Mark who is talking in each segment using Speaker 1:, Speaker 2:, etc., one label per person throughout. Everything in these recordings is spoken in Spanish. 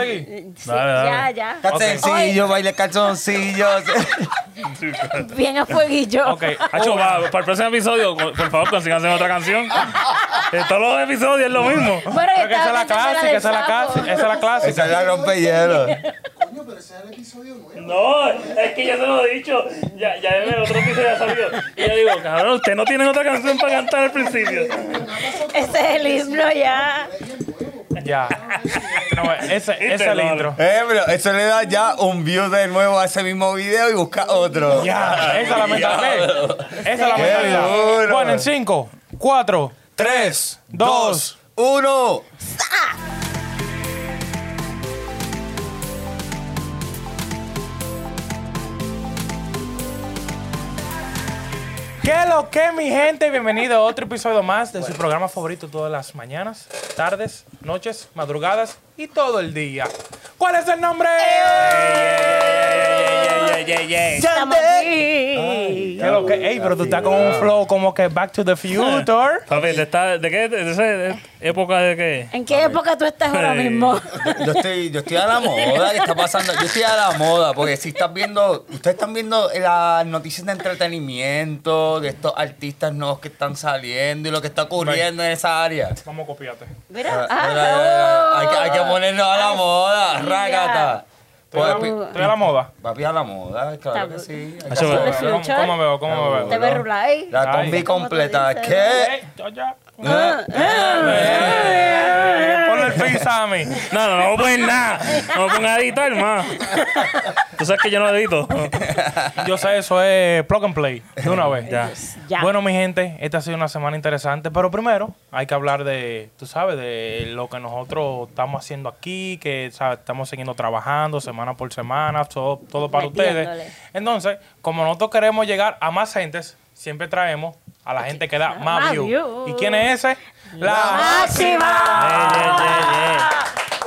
Speaker 1: así.
Speaker 2: Sí,
Speaker 3: Dale, dale.
Speaker 2: Ya, ya.
Speaker 4: Calzoncillo, baile calzoncillos.
Speaker 2: Bien a fueguillo.
Speaker 3: Ok, Hacho, va, para el próximo episodio, por por favor, consíganse otra canción. En todos los episodios es lo mismo.
Speaker 2: Bueno, yo
Speaker 1: Pero que esa es
Speaker 2: estaba
Speaker 1: la
Speaker 2: pensando en
Speaker 1: clásica,
Speaker 2: la
Speaker 1: esa es la clásica, esa es la
Speaker 4: Esa
Speaker 1: clásica.
Speaker 4: es la rompehielos.
Speaker 5: Coño, pero ese es el episodio nuevo.
Speaker 3: No, es que ya se lo he dicho. Ya, ya en el otro episodio ha salido. Y yo digo, cabrón, usted no tiene otra canción para cantar al principio.
Speaker 2: Ese es el himno ya.
Speaker 1: Ya. Este No, ese, ese es el
Speaker 3: Interlalo.
Speaker 1: intro.
Speaker 4: Eh, pero eso le da ya un view de nuevo a ese mismo video y busca otro.
Speaker 1: Ya, esa es la mentalidad. Esa es la
Speaker 4: Qué
Speaker 1: mentalidad.
Speaker 4: duro.
Speaker 1: Bueno, en 5, 4,
Speaker 4: Tres,
Speaker 1: Dos.
Speaker 4: dos, uno.
Speaker 1: ¿Qué lo que, mi gente? Bienvenido a otro episodio más de su programa favorito todas las mañanas, tardes, noches, madrugadas y todo el día. ¿Cuál es el nombre?
Speaker 2: Estamos aquí.
Speaker 1: ¿Qué lo que? Ey, pero tú estás con un flow como que Back to the Future.
Speaker 3: Papi, ¿te está, ¿de qué? ¿De esa época de qué?
Speaker 2: ¿En qué época tú estás ahora
Speaker 3: Ey.
Speaker 2: mismo?
Speaker 4: Yo estoy, yo estoy a la moda, ¿qué está pasando? Yo estoy a la moda, porque si estás viendo, ustedes están viendo las noticias de entretenimiento, de estos artistas nuevos que están saliendo y lo que está ocurriendo en esa área.
Speaker 1: Vamos a copiarte.
Speaker 2: Mira,
Speaker 4: Ah,
Speaker 2: ah,
Speaker 4: Hay, que, hay que ponernos a la moda, rácata.
Speaker 1: ¿Estoy a la-
Speaker 4: Papi-
Speaker 1: estoy a la moda?
Speaker 4: Papi a la moda, claro que
Speaker 2: Está
Speaker 4: sí. hay que
Speaker 3: Eso
Speaker 4: hacerlo.
Speaker 3: va.
Speaker 1: ¿Cómo, cómo me veo? ¿Cómo me
Speaker 2: Te
Speaker 1: veo?
Speaker 2: ves rular ahí.
Speaker 4: La
Speaker 1: Ay.
Speaker 4: combi
Speaker 2: ¿Cómo tú
Speaker 4: completa.
Speaker 2: dices?
Speaker 4: ¿Qué?
Speaker 1: Ey, yo ya.
Speaker 2: Ah, ah.
Speaker 1: Ponle el freeze a mí.
Speaker 3: No, no, no me ponen nada. No me pongan a editar más. Tú sabes que yo no edito.
Speaker 1: Yo sé, eso es plug and play, de una vez. ya.
Speaker 2: Ya.
Speaker 1: Bueno, mi gente, esta ha sido una semana interesante, pero primero hay que hablar de, tú sabes, de lo que nosotros estamos haciendo aquí, que ¿sabes? estamos siguiendo trabajando semana por semana, todo, todo para
Speaker 2: Metiéndole.
Speaker 1: ustedes. Entonces, como nosotros queremos llegar a más gentes, siempre traemos a la gente que da más,
Speaker 2: Más
Speaker 1: view.
Speaker 2: view.
Speaker 1: ¿Y quién es ese? La
Speaker 2: Ah,
Speaker 3: Ey,
Speaker 2: ¡Máxima!
Speaker 3: ey, ey, ey.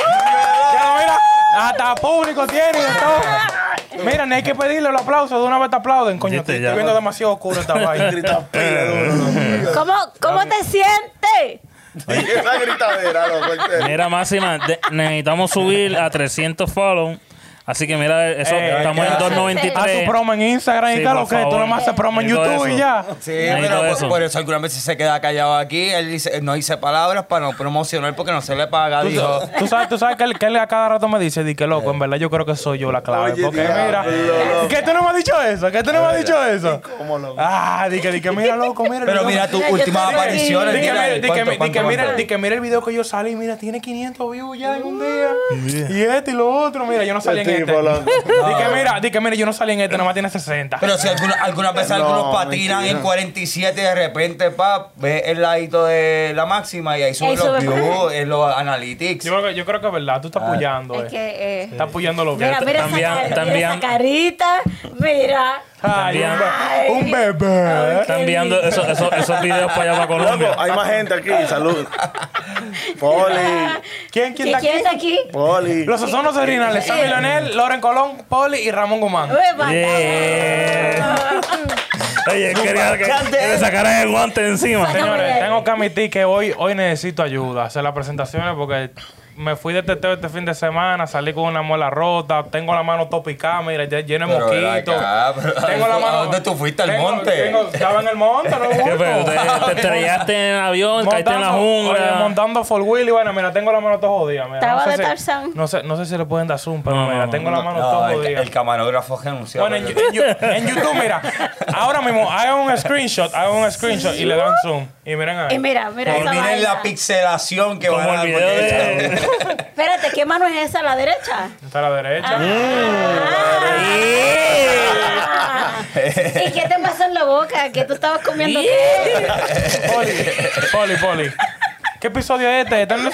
Speaker 1: Ya, mira, hasta público tiene y de todo. Mira, ni hay que pedirle los aplausos, de una vez te aplauden, coño.
Speaker 3: Viste,
Speaker 1: Estoy
Speaker 3: ya.
Speaker 1: viendo demasiado oscuro esta vaina.
Speaker 5: Grita pila duro.
Speaker 2: ¿Cómo, ¿Cómo te sientes?
Speaker 5: Esa gritadera, loco. este.
Speaker 3: Mira, Máxima, de- necesitamos subir a 300 follow. Así que mira, eso,
Speaker 1: Eh,
Speaker 3: estamos en
Speaker 4: ya.
Speaker 1: Haz tu
Speaker 3: 293.
Speaker 1: promo en Instagram y
Speaker 3: Sí,
Speaker 1: tal, lo
Speaker 3: por
Speaker 1: que tú
Speaker 3: favor.
Speaker 1: nada más haces promo en
Speaker 3: Y todo
Speaker 1: YouTube y
Speaker 3: eso.
Speaker 1: ya.
Speaker 4: Sí,
Speaker 3: Necesito
Speaker 4: pero por-
Speaker 3: eso.
Speaker 4: Por, eso algunas veces se queda callado aquí. Él dice- no dice palabras para no promocionar porque no se le paga, dijo.
Speaker 1: Tú sabes, tú sabes que él, que él a cada rato me dice, di que loco, en verdad yo creo que soy yo la clave.
Speaker 5: Oye,
Speaker 1: porque
Speaker 5: diablo,
Speaker 1: mira,
Speaker 5: loco.
Speaker 1: ¿qué tú no me has dicho eso? ¿Qué tú no me has dicho eso?
Speaker 5: ¿Cómo lo?
Speaker 1: Ah, di que, di que mira, loco, mira.
Speaker 4: Pero
Speaker 1: loco.
Speaker 4: mira tus
Speaker 2: Mira, yo
Speaker 4: últimas
Speaker 2: estoy-
Speaker 4: apariciones.
Speaker 1: Di que,
Speaker 4: mira,
Speaker 1: mira, di que-
Speaker 4: ¿cuánto,
Speaker 1: di que
Speaker 4: cuánto,
Speaker 1: mira,
Speaker 4: cuánto?
Speaker 1: di que mira el video que yo salí, mira, tiene 500 views ya en un día. Y este y lo otro, mira, yo no salí en
Speaker 5: Este
Speaker 1: este.
Speaker 5: tipo, loco.
Speaker 1: Di que mira, di que mira, yo no salí en este, nomás tiene 60.
Speaker 4: Pero si alguna- algunas veces
Speaker 5: No,
Speaker 4: algunos patinan
Speaker 5: mentira.
Speaker 4: en 47 y de repente, pa, ve el ladito de la máxima y ahí
Speaker 2: Ahí
Speaker 4: suben
Speaker 2: sube,
Speaker 4: los views, en los analytics.
Speaker 1: Yo creo, que, yo creo que es verdad, tú
Speaker 4: Ah.
Speaker 1: estás apoyando,
Speaker 2: Es
Speaker 1: eh.
Speaker 2: que. eh,
Speaker 1: Estás apoyando los
Speaker 2: Mira,
Speaker 1: videos.
Speaker 2: mira esa,
Speaker 3: También-
Speaker 2: cara- mira
Speaker 3: también-
Speaker 2: esa carita. Mira.
Speaker 1: Ay, un, be- un bebé.
Speaker 3: Está enviando eso- eso- esos videos para allá, para Colombia.
Speaker 5: Loco, hay más gente aquí. Salud. Poli.
Speaker 1: ¿Quién, quién está aquí?
Speaker 2: ¿Quién está aquí?
Speaker 5: Poli.
Speaker 1: Los Ozonos originales, Sammy Leonel, Loren Colón, Poli y Ramón Guzmán.
Speaker 2: Uepa.
Speaker 1: Eh.
Speaker 3: Yeah. Oye, quería que, que me sacara el guante encima.
Speaker 1: Señores, tengo que admitir que hoy, hoy necesito ayuda. Hacer las presentaciones porque me fui de teteo este fin de semana, salí con una muela rota, tengo la mano topicada, mira, ya lleno de
Speaker 4: Pero ven
Speaker 1: mosquitos.
Speaker 4: acá, pero-
Speaker 1: Tengo la mano.
Speaker 4: ¿A dónde tú fuiste, al
Speaker 1: Tengo-
Speaker 4: monte?
Speaker 1: tengo- estaba en el monte, no
Speaker 3: ¿Qué fue? Te,
Speaker 1: bulto.
Speaker 3: te estrellaste en el avión, caíste en la
Speaker 1: oye,
Speaker 3: jungla.
Speaker 1: montando full wheel y bueno, mira, tengo la mano todo jodida. Mira,
Speaker 2: Estaba de
Speaker 1: si-
Speaker 2: Tarzán.
Speaker 1: no sé, no sé si le pueden dar zoom, pero
Speaker 3: No,
Speaker 1: mira,
Speaker 3: no,
Speaker 1: tengo la mano
Speaker 4: No,
Speaker 1: todo
Speaker 4: el,
Speaker 1: jodida.
Speaker 4: el camarógrafo renunció.
Speaker 1: Bueno, en,
Speaker 4: pero-
Speaker 1: en Yu- en YouTube, mira, ahora mismo hagan un screenshot, hagan un screenshot y le dan zoom. Y miren ahí.
Speaker 2: Y eh, mira, mira esa
Speaker 4: Olviden la
Speaker 2: vaina.
Speaker 4: pixelación que van
Speaker 3: Como
Speaker 4: a
Speaker 3: el
Speaker 4: dar.
Speaker 3: video
Speaker 4: porque-
Speaker 3: de.
Speaker 2: Espérate, ¿qué mano es esa? ¿La derecha?
Speaker 1: Está a la derecha.
Speaker 2: Ah. ¿Y qué te pasó en la boca? ¿Qué tú estabas comiendo? Ah.
Speaker 1: Poli, poli, poli. ¿Qué episodio es este? Este es el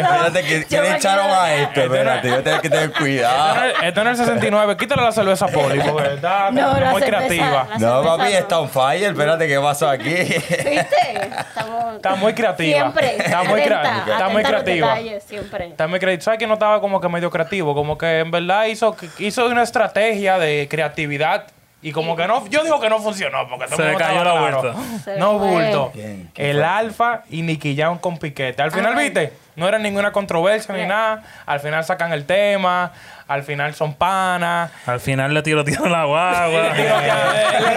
Speaker 4: Espérate, que, que le echaron a este. Espérate, yo tengo que tener cuidado.
Speaker 1: Este es el 69. Quítale la cerveza a poli, porque está
Speaker 2: No, la
Speaker 1: muy
Speaker 2: cerveza,
Speaker 1: creativa.
Speaker 2: la
Speaker 4: No,
Speaker 2: cerveza
Speaker 4: papi,
Speaker 2: no.
Speaker 4: está on fire. Espérate, ¿qué pasó aquí?
Speaker 2: ¿Viste? Estamos,
Speaker 1: Está muy creativa.
Speaker 2: Siempre.
Speaker 1: Está muy, crea-
Speaker 2: atenta,
Speaker 1: está muy
Speaker 2: atenta a los
Speaker 1: creativa.
Speaker 2: detalles, siempre.
Speaker 1: Está muy creativa. ¿Sabes que no estaba como que medio creativo? Como que en verdad hizo, hizo una estrategia de creatividad Y como que no, yo digo que no funcionó, porque todo
Speaker 3: Se
Speaker 1: el mundo
Speaker 3: le cayó
Speaker 1: estaba
Speaker 3: la
Speaker 1: claro.
Speaker 3: vuelta.
Speaker 2: Se
Speaker 1: No
Speaker 2: fue.
Speaker 1: bulto.
Speaker 4: Bien, qué
Speaker 1: El
Speaker 4: fuerte.
Speaker 1: Alfa y Nicky Jam con Piquete. Al final,
Speaker 2: Ay.
Speaker 1: viste, no era ninguna controversia ni
Speaker 2: Bien.
Speaker 1: nada. Al final sacan el tema, al final son panas.
Speaker 3: Al final le tirotearon la guagua.
Speaker 1: Digo que- eh,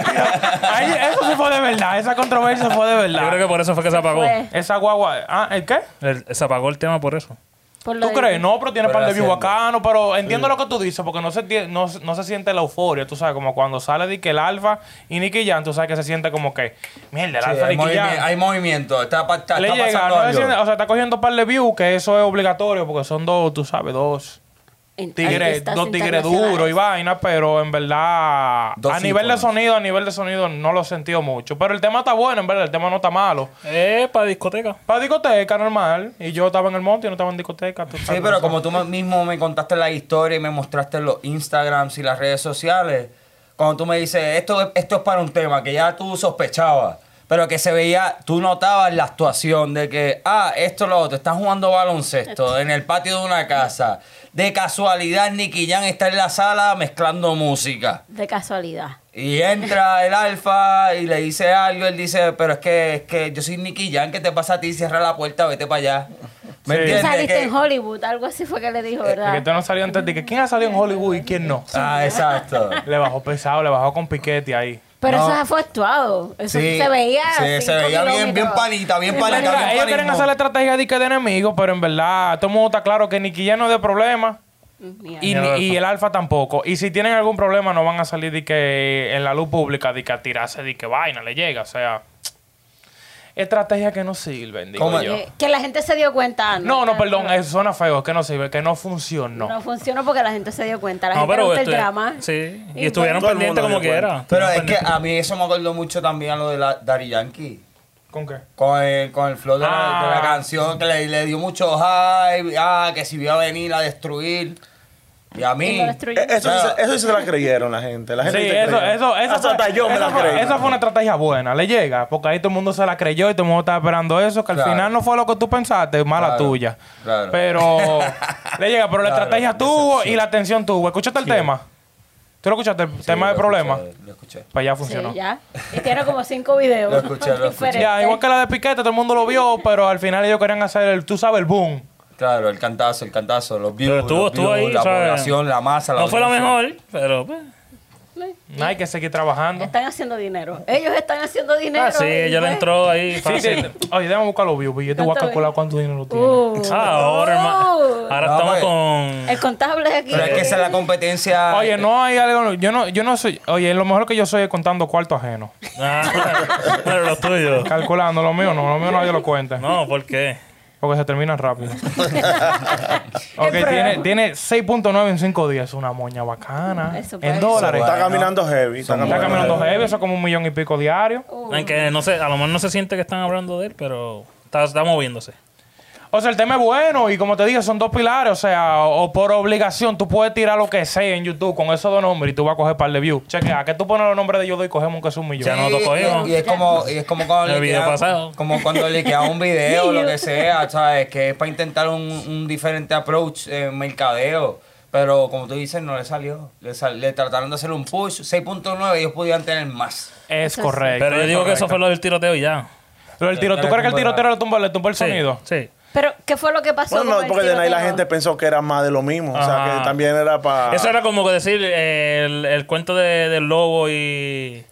Speaker 1: Ay, Eso sí fue de verdad, esa controversia fue de
Speaker 3: Yo creo
Speaker 1: verdad.
Speaker 3: que por eso fue que se apagó.
Speaker 2: fue.
Speaker 1: Esa guagua, ah, ¿el qué?
Speaker 3: El- se apagó el tema por eso.
Speaker 2: Por lo
Speaker 1: ¿Tú
Speaker 2: de-
Speaker 1: crees? No, pero tiene
Speaker 4: Pero
Speaker 1: par de views
Speaker 4: haciendo.
Speaker 1: bacanos, pero entiendo lo que tú dices, porque no se, tie- no, se- no se siente la euforia, tú sabes, como cuando sale de que el Alfa y Nicky Jam, tú sabes que se siente como que, mierda, el
Speaker 4: Sí,
Speaker 1: Alfa
Speaker 4: hay,
Speaker 1: y Nicky
Speaker 4: movimi-
Speaker 1: Jam.
Speaker 4: hay movimiento, está, pa- está-
Speaker 1: Le
Speaker 4: está
Speaker 1: llega,
Speaker 4: pasando
Speaker 1: no le
Speaker 4: algo.
Speaker 1: siente- o sea, está cogiendo par de views, que eso es obligatorio, porque son dos, tú sabes, dos
Speaker 2: En-
Speaker 1: tigres,
Speaker 2: artistas
Speaker 1: dos tigres
Speaker 2: internacionales.
Speaker 1: duros y vaina, pero en verdad,
Speaker 4: Dos
Speaker 1: a nivel de
Speaker 4: íconos.
Speaker 1: sonido, a nivel de sonido, no lo he sentido mucho. Pero el tema está bueno, en verdad, el tema no está malo.
Speaker 3: Eh, para discoteca.
Speaker 1: Para discoteca, normal. Y yo estaba en el monte y no estaba en discoteca. tú
Speaker 4: Sí,
Speaker 1: sabes.
Speaker 4: pero como tú me- mismo me contaste la historia y me mostraste los Instagrams y las redes sociales, cuando tú me dices, esto, esto es para un tema que ya tú sospechabas, pero que se veía, tú notabas la actuación de que, ah, esto lo otro, están jugando baloncesto en el patio de una casa. De casualidad, Nicky Jan está en la sala mezclando música.
Speaker 2: De casualidad.
Speaker 4: Y entra el alfa y le dice algo, él dice, pero es que, es que yo soy Nicky Jan, ¿qué te pasa a ti? Cierra la puerta, vete para allá. ¿Me
Speaker 1: Sí.
Speaker 2: Tú
Speaker 4: entiendes?
Speaker 2: saliste
Speaker 4: Que-
Speaker 2: en Hollywood, algo así fue que le dijo,
Speaker 1: Y que
Speaker 2: ¿verdad?
Speaker 1: tú no salió antes de que quién ha salido en Hollywood y quién no.
Speaker 4: Ah, exacto.
Speaker 1: Le bajó pesado, le bajó con piquete ahí.
Speaker 2: Pero
Speaker 4: No.
Speaker 2: eso fue actuado. Eso
Speaker 4: Sí,
Speaker 2: se veía.
Speaker 4: sí, se
Speaker 2: cinco
Speaker 4: veía bien-
Speaker 2: kilómetros.
Speaker 4: bien panita, bien
Speaker 1: Ellos
Speaker 4: panita, bien
Speaker 1: ellos quieren
Speaker 4: panismo.
Speaker 1: hacer la estrategia de que de enemigos, pero en verdad, todo el mundo está claro que Nicky ya no es de problema.
Speaker 2: Mira. eh,
Speaker 3: Ni
Speaker 1: Y,
Speaker 3: el
Speaker 1: ni- y el alfa tampoco. Y si tienen algún problema, no van a salir de que en la luz pública de que a tirarse de que vaina le llega. O sea, estrategias que no sirven, digo
Speaker 4: ¿Cómo?
Speaker 1: yo.
Speaker 2: Que, que la gente se dio cuenta. ah,
Speaker 1: Eh, No, no,
Speaker 2: Ah,
Speaker 1: perdón, eso suena feo, que no sirve, que no funcionó.
Speaker 2: No. funcionó porque la gente se dio cuenta. La gente
Speaker 3: pero
Speaker 2: le gusta el
Speaker 3: estu-
Speaker 2: drama.
Speaker 3: Sí. Y,
Speaker 2: Y pues,
Speaker 3: estuvieron
Speaker 5: todo el
Speaker 3: pendientes
Speaker 5: mundo
Speaker 3: como
Speaker 5: dio cuenta.
Speaker 3: quiera.
Speaker 4: Pero es
Speaker 3: Estuvieron
Speaker 4: que a mí eso me acordó mucho también a lo de la Daddy Yankee.
Speaker 1: ¿Con qué?
Speaker 4: Con el, con el flow de, la, de la
Speaker 1: Ah.
Speaker 4: canción que le, le dio mucho hype, ah, que si iba a venir a destruir. Y a mí.
Speaker 2: Y lo destruyó.
Speaker 5: Eh, Eso,
Speaker 4: Claro.
Speaker 5: sí se- eso sí se la creyeron la gente. La
Speaker 1: Ah. Sí,
Speaker 5: gente se
Speaker 1: eso,
Speaker 5: creyó.
Speaker 1: eso, eso.
Speaker 5: Hasta,
Speaker 1: fue-
Speaker 5: hasta yo me
Speaker 1: eso
Speaker 5: la
Speaker 1: fue-
Speaker 5: creí.
Speaker 1: Esa fue una estrategia buena, le llega, porque ahí todo el mundo se la creyó y todo el mundo estaba esperando eso, que al
Speaker 4: Claro.
Speaker 1: final no fue lo que tú pensaste, mala
Speaker 4: Claro,
Speaker 1: tuya.
Speaker 4: claro.
Speaker 1: Pero le llega, pero la
Speaker 4: Claro,
Speaker 1: estrategia tuvo y la atención tuvo. ¿Escuchaste el tema? ¿Tú lo escuchaste? El
Speaker 4: Sí,
Speaker 1: tema de
Speaker 4: lo
Speaker 1: problema.
Speaker 4: escuché, Lo escuché.
Speaker 1: Pues ya
Speaker 2: Sí,
Speaker 1: funcionó.
Speaker 2: ya. Este. Y tiene como cinco videos.
Speaker 4: Lo escuché, lo escuché.
Speaker 2: diferentes.
Speaker 1: Ya, igual que la de Piquete, todo el mundo lo vio, pero al final ellos querían hacer el, tú sabes, el boom.
Speaker 4: Claro, el cantazo, el cantazo, los views,
Speaker 3: Pero estuvo-
Speaker 4: los
Speaker 3: estuvo
Speaker 4: views,
Speaker 3: ahí,
Speaker 4: la
Speaker 3: o sea,
Speaker 4: población, la masa. la
Speaker 3: No fue lo
Speaker 4: audiencia.
Speaker 3: mejor, pero pues.
Speaker 1: Hay que seguir trabajando.
Speaker 2: Están haciendo dinero. Ellos están haciendo dinero.
Speaker 3: Ah, sí,
Speaker 2: y
Speaker 3: ella le
Speaker 2: pues-
Speaker 3: entró ahí
Speaker 1: Sí, sí.
Speaker 3: fácil.
Speaker 1: Oye, déjame buscar los views, porque yo te voy a
Speaker 2: ¿Cuánto
Speaker 1: calcular
Speaker 2: es?
Speaker 1: cuánto dinero tiene.
Speaker 2: Uh.
Speaker 3: Ah, ahora,
Speaker 2: Oh.
Speaker 3: hermano. Ahora
Speaker 4: No,
Speaker 3: estamos
Speaker 4: pues.
Speaker 3: con.
Speaker 2: El contable es aquí.
Speaker 4: Pero es que esa es la competencia.
Speaker 1: Oye, no hay algo. Yo no, yo no soy. Oye, lo mejor que yo soy es contando cuartos ajenos.
Speaker 3: Ah, pero lo tuyo.
Speaker 1: Calculando, lo mío no, lo mío nadie lo cuenta.
Speaker 3: No, ¿por qué?
Speaker 1: Porque se termina rápido. ok, tiene, tiene 6.9 en 5 días. Una moña bacana.
Speaker 2: Eso
Speaker 1: en
Speaker 2: parece.
Speaker 1: dólares.
Speaker 5: Está caminando heavy. Está
Speaker 1: Está
Speaker 5: caminando,
Speaker 1: caminando
Speaker 5: heavy.
Speaker 1: heavy, eso es como un millón y pico diario.
Speaker 2: Oh.
Speaker 3: Aunque no sé, a lo mejor no se siente que están hablando de él, pero está, está moviéndose.
Speaker 1: O sea, el tema es bueno y como te dije, son dos pilares. O sea, o, o por obligación, tú puedes tirar lo que sea en YouTube con esos dos nombres y tú vas a coger par de views. Chequea, que tú pones los nombres de ellos dos y cogemos que es un millón.
Speaker 3: Ya no lo cogimos.
Speaker 4: Y es como, y es como cuando
Speaker 3: El video
Speaker 4: liquean-
Speaker 3: pasado.
Speaker 4: Como cuando liquean un video, lo que sea, ¿sabes? Que es para intentar un, un diferente approach en mercadeo. Pero como tú dices, no le salió. Le, sal- le trataron de hacer un push. 6.9, ellos podían tener más.
Speaker 1: Es
Speaker 2: Eso sí.
Speaker 1: correcto.
Speaker 3: Pero yo
Speaker 1: es
Speaker 3: digo que eso
Speaker 1: correcto.
Speaker 3: fue lo del tiroteo y ya.
Speaker 1: Lo del tiro. ¿Tú
Speaker 4: Ya
Speaker 1: crees que el
Speaker 4: tumbó la-
Speaker 1: tirotero le tumbó, le tumbó el
Speaker 3: Sí,
Speaker 1: sonido?
Speaker 3: Sí.
Speaker 2: Pero, ¿qué fue lo que pasó?
Speaker 5: Bueno,
Speaker 2: con
Speaker 5: no,
Speaker 2: el
Speaker 5: porque de ahí la
Speaker 2: tiroteo?
Speaker 5: gente pensó que era más de lo mismo. O sea,
Speaker 3: Ajá.
Speaker 5: que también era
Speaker 1: Ah.
Speaker 5: para.
Speaker 3: Eso era como que decir eh, el, el cuento de- del lobo y.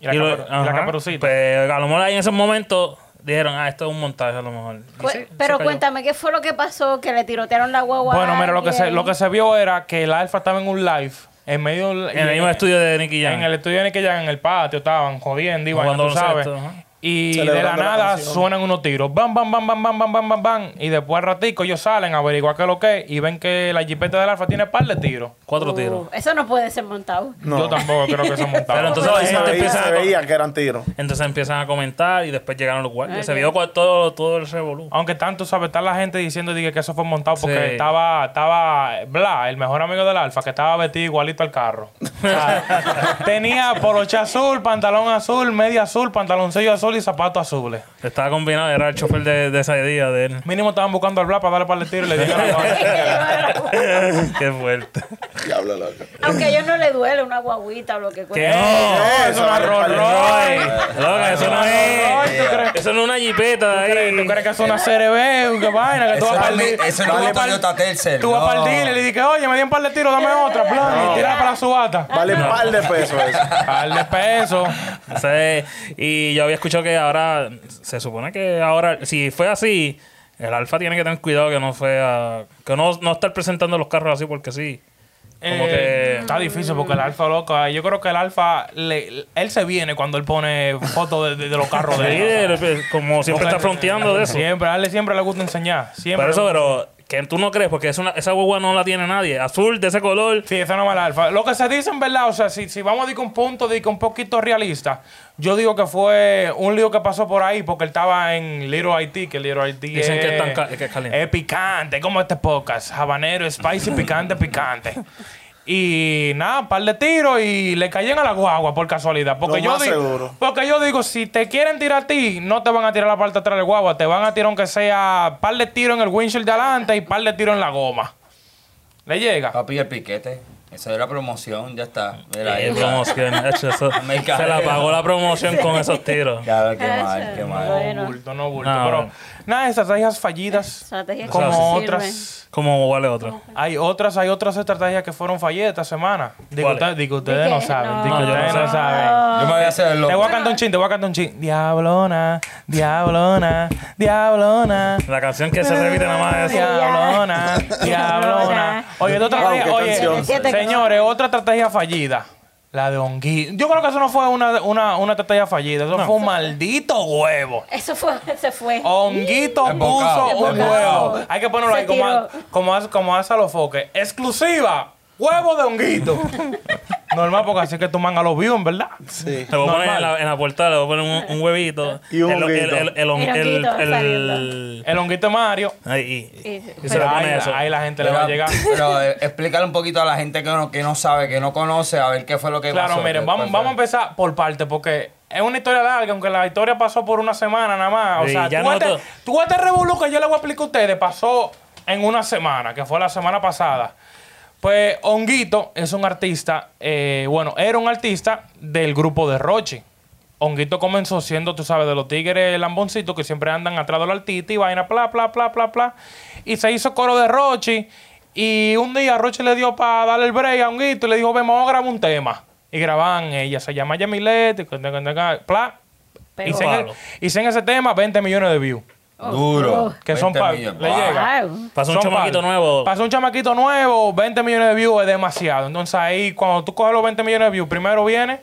Speaker 1: Y la
Speaker 3: lo-
Speaker 1: caperu- y la
Speaker 3: ajá.
Speaker 1: caperucita.
Speaker 3: Pues, a lo mejor ahí en ese momento dijeron, ah, esto es un montaje a lo mejor. Y
Speaker 2: Cu-
Speaker 3: sí, se
Speaker 2: Pues, pero
Speaker 3: cayó.
Speaker 2: cuéntame, ¿qué fue lo que pasó? Que le tirotearon la guagua.
Speaker 1: Bueno, mira, lo que, se,
Speaker 2: se,
Speaker 1: lo que se vio era que el Alfa estaba en un live, en medio del-
Speaker 3: En el mismo estudio de Nicky Jam.
Speaker 1: en el estudio de Nicky Jam, en el patio, estaban jodiendo y vaina,
Speaker 3: Jugando
Speaker 1: tú sabes.
Speaker 3: baloncesto, ajá.
Speaker 1: Y de la
Speaker 5: Celebrando la
Speaker 1: nada
Speaker 5: canción.
Speaker 1: suenan unos tiros. Bam, bam, bam, bam, bam, bam, bam, bam, bam. Y después al ratico ellos salen a averiguar qué es lo que es y ven que la jipeta del Alfa tiene par de tiros.
Speaker 3: Cuatro
Speaker 2: Oh.
Speaker 3: tiros.
Speaker 2: Uh, Eso no puede ser montado.
Speaker 5: No.
Speaker 1: Yo tampoco creo que se montaron.
Speaker 3: Pero entonces la
Speaker 5: Se
Speaker 3: gente
Speaker 5: veía,
Speaker 3: empieza
Speaker 5: se
Speaker 3: a-
Speaker 5: veía que eran tiros.
Speaker 3: Entonces empiezan a comentar y después llegaron los guardias. Se vio cual- todo, todo el revolú.
Speaker 1: Aunque tanto, ¿sabes? Está la gente diciendo dije, que eso fue montado porque
Speaker 3: Sí.
Speaker 1: estaba, estaba Bla, el mejor amigo del Alfa, que estaba vestido igualito al carro. O sea, tenía poloche azul, pantalón azul, media azul, pantaloncillo azul azul y zapatos azules.
Speaker 3: Estaba combinado, era el chofer de, de ese día de él.
Speaker 1: Mínimo estaban buscando al Blas para darle para el tiro y le dieron la guagua.
Speaker 3: Qué fuerte.
Speaker 5: Diablo, loco.
Speaker 2: Aunque a ellos no les duele una guaguita o lo que
Speaker 3: ¿Qué?
Speaker 2: cuesta.
Speaker 5: No,
Speaker 1: Pues, es una
Speaker 5: eso
Speaker 1: Rolls
Speaker 5: vale
Speaker 1: Royce.
Speaker 3: Loca, eso no
Speaker 1: Rolls
Speaker 3: es.
Speaker 1: Royce, ¿tú crees?
Speaker 3: Eso no es una jipeta de ahí.
Speaker 1: ¿Tú crees que es una CRB? ¿Qué vaina? Que tú
Speaker 4: Eso
Speaker 1: vas
Speaker 4: no
Speaker 1: para
Speaker 4: es mi- eso no es mi Toyota Tercel,
Speaker 1: Tú vas
Speaker 4: no.
Speaker 1: para el dealer y le dices, oye, me di un par de tiros, dame otra, plan, y tira para la subata.
Speaker 5: Vale un par de pesos eso.
Speaker 1: Par de pesos.
Speaker 3: Eso es- y yo había escuchado que ahora, se supone que ahora, si fue así, el Alfa tiene que tener cuidado que no fue a- que no, no estar presentando los carros así porque sí. Como
Speaker 1: Eh,
Speaker 3: que...
Speaker 1: Está difícil porque el Alfa, loco, eh, yo creo que el Alfa, le- él se viene cuando él pone fotos de, de- de los carros
Speaker 3: Sí,
Speaker 1: de él.
Speaker 3: de- de- como siempre está fronteando de eso.
Speaker 1: Siempre, a él siempre le gusta enseñar. Siempre.
Speaker 3: Pero eso, pero que tú no crees, porque es una, esa guagua no la tiene nadie. Azul, de ese color.
Speaker 1: Sí, esa no es la alfa. Lo que se dice en verdad, o sea, si, si vamos a decir un punto, de que un poquito realista, yo digo que fue un lío que pasó por ahí porque él estaba en Little Haití, que Little Haití
Speaker 3: Dicen
Speaker 1: es,
Speaker 3: que es tan ca- que es caliente.
Speaker 1: es picante, como este podcast, habanero, spicy, picante, picante. Y nada, un par de tiros y le caían a la guagua por casualidad. Porque,
Speaker 5: Lo
Speaker 1: yo
Speaker 5: más
Speaker 1: digo,
Speaker 5: seguro.
Speaker 1: porque yo digo, si te quieren tirar a ti, no te van a tirar la parte de atrás del guagua, te van a tirar aunque sea par de tiros en el windshield de adelante y par de tiros en la goma. Le llega.
Speaker 4: Papi, el piquete. Eso era promoción, ya está. Mira, ahí
Speaker 3: Eh,
Speaker 4: está.
Speaker 3: promoción, hecho, eso-
Speaker 4: Me
Speaker 3: se la
Speaker 4: cae.
Speaker 3: pagó la promoción con esos tiros.
Speaker 4: Ya, qué mal, qué mal.
Speaker 1: No
Speaker 2: Bueno.
Speaker 1: bulto, no bulto.
Speaker 3: No.
Speaker 1: Pero nada, estrategias fallidas.
Speaker 2: Estrategias que
Speaker 1: como
Speaker 2: no sirven.
Speaker 1: otras.
Speaker 3: ¿Cómo vale otra?
Speaker 1: Hay otras, hay otras estrategias que fueron fallidas esta semana. Digo,
Speaker 3: ¿Cuáles?
Speaker 1: usted- digo, ustedes no
Speaker 2: que-
Speaker 1: saben.
Speaker 2: no.
Speaker 1: Digo,
Speaker 3: No, yo no
Speaker 1: ustedes
Speaker 3: sé.
Speaker 1: no, saben.
Speaker 4: Yo me voy a hacer el
Speaker 1: Te voy
Speaker 4: loco.
Speaker 1: a cantar un chin, te voy a cantar un chin. Diablona, diablona, diablona.
Speaker 3: La canción que se repite nada más es eso.
Speaker 1: Diablona, diablona. Oye, otra
Speaker 5: Wow,
Speaker 1: estrategia-
Speaker 5: qué
Speaker 1: oye,
Speaker 5: canción.
Speaker 1: señores, otra estrategia fallida. La de Onguito. Yo creo que eso no fue una, una, una estrategia fallida. Eso fue un maldito huevo.
Speaker 2: Eso fue, se fue.
Speaker 1: Oh, Honguito
Speaker 4: El bocado,
Speaker 1: puso un
Speaker 4: el bocado.
Speaker 1: huevo. Hay que ponerlo
Speaker 2: Se
Speaker 1: ahí como, a-
Speaker 2: tiró.
Speaker 1: como, hace- como hace a los foques. Exclusiva. Huevo de honguito. Normal, porque así es que tu manga lo vio, en verdad.
Speaker 5: Sí.
Speaker 3: Te voy a poner
Speaker 1: Normal.
Speaker 3: en la, en la portada, le voy a poner un, un huevito.
Speaker 5: Y un
Speaker 3: el, el,
Speaker 5: honguito.
Speaker 3: el, el, hon-
Speaker 2: Y
Speaker 3: el-
Speaker 2: honguito
Speaker 3: el-
Speaker 2: saliendo.
Speaker 1: El honguito de Mario.
Speaker 3: Ahí, y,
Speaker 2: Y-
Speaker 3: y se le
Speaker 1: ahí,
Speaker 3: pone eso.
Speaker 1: ahí la gente le va a
Speaker 4: Pero,
Speaker 1: llegar.
Speaker 4: pero eh, explícale un poquito a la gente que no, que no sabe, que no conoce, a ver qué fue lo que
Speaker 1: Claro,
Speaker 4: pasó.
Speaker 1: miren,
Speaker 4: qué-
Speaker 1: vamos,
Speaker 4: cuál
Speaker 1: vamos a
Speaker 4: fue.
Speaker 1: empezar por parte, porque es una historia larga, aunque la historia pasó por una semana nada más. O
Speaker 3: Sí,
Speaker 1: sea,
Speaker 3: ya
Speaker 1: tú este,
Speaker 3: nosotros-
Speaker 1: tú este revolú que yo le voy a explicar a ustedes pasó en una semana, que fue la semana pasada. Pues Honguito es un artista, eh, bueno, era un artista del grupo de Rochi. Honguito comenzó siendo, tú sabes, de los tigres lamboncitos que siempre andan atrás de la altita y vaina, bla, bla, bla, bla, bla. Y se hizo coro de Rochi. Y un día Rochi le dio para darle el break a Honguito y le dijo, ven, vamos a grabar un tema. Y graban, ella se llama Yamilet, y cuando- cuando- cuando- bla.
Speaker 2: Pero-
Speaker 1: Hicieron el- Hicieron ese tema 20 millones de views.
Speaker 2: Oh,
Speaker 4: Duro.
Speaker 1: Que son
Speaker 4: 20
Speaker 1: pa-
Speaker 4: millones.
Speaker 1: le
Speaker 4: Wow.
Speaker 1: llega.
Speaker 2: Wow.
Speaker 3: Pasó un
Speaker 1: Son
Speaker 3: chamaquito
Speaker 1: par.
Speaker 3: nuevo.
Speaker 1: Pasó un chamaquito nuevo, 20 millones de views es demasiado. Entonces ahí, cuando tú coges los 20 millones de views, primero viene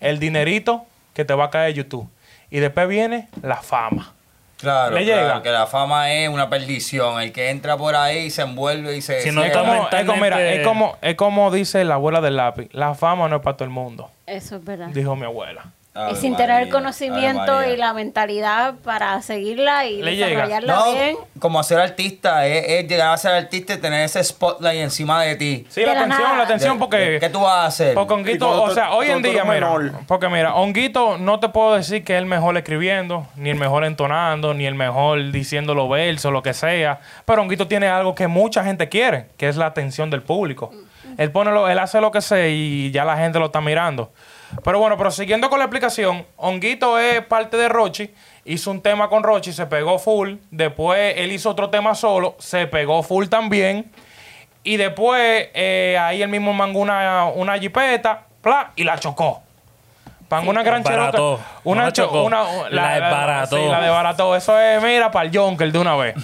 Speaker 1: el dinerito que te va a caer de YouTube. Y después viene la fama.
Speaker 4: Claro,
Speaker 1: Le
Speaker 4: claro,
Speaker 1: llega.
Speaker 4: que la fama es una perdición. El que entra por ahí y se envuelve y se...
Speaker 3: Si no
Speaker 4: se-
Speaker 1: Es como, es como-
Speaker 3: mentalmente-
Speaker 1: mira, es como, es como dice la abuela del lápiz, la fama no es para todo el mundo,
Speaker 2: Eso es verdad.
Speaker 1: dijo mi abuela.
Speaker 4: Ave
Speaker 2: y sin
Speaker 4: Ah, María,
Speaker 2: tener el
Speaker 4: Ave
Speaker 2: conocimiento
Speaker 4: María.
Speaker 2: y la mentalidad para seguirla y
Speaker 1: Le llega.
Speaker 2: desarrollarla
Speaker 4: No,
Speaker 2: bien.
Speaker 4: como ser artista, es, es llegar a ser artista y tener ese spotlight encima de ti.
Speaker 1: Sí,
Speaker 2: De
Speaker 1: la
Speaker 2: la
Speaker 1: atención,
Speaker 2: nada.
Speaker 1: la atención,
Speaker 4: De-
Speaker 1: porque...
Speaker 4: ¿Qué tú vas a hacer?
Speaker 1: Porque
Speaker 5: Y
Speaker 1: Honguito,
Speaker 5: cuando
Speaker 1: o
Speaker 5: tú-
Speaker 1: sea, hoy en
Speaker 5: cuando tú
Speaker 1: día,
Speaker 5: eres
Speaker 1: mira,
Speaker 5: menor.
Speaker 1: porque mira, Honguito no te puedo decir que es el mejor escribiendo, ni el mejor entonando, ni el mejor diciendo los versos, lo que sea, pero Honguito tiene algo que mucha gente quiere, que es la atención del público. Él pone lo, él hace lo que sea y ya la gente lo está mirando. Pero bueno, prosiguiendo con la explicación, Honguito es parte de Rochi, hizo un tema con Rochi, se pegó full, después él hizo otro tema solo, se pegó full también. Y después, eh, ahí él mismo mangó una, una jipeta, pla, y la chocó. Mangó una gran
Speaker 3: Desbarató.
Speaker 1: Cherokee- Una,
Speaker 3: No la
Speaker 1: cho-
Speaker 3: chocó,
Speaker 1: una-
Speaker 3: la desbarató.
Speaker 1: sí, la desbarató. Eso es, mira, para el Jonker de una vez.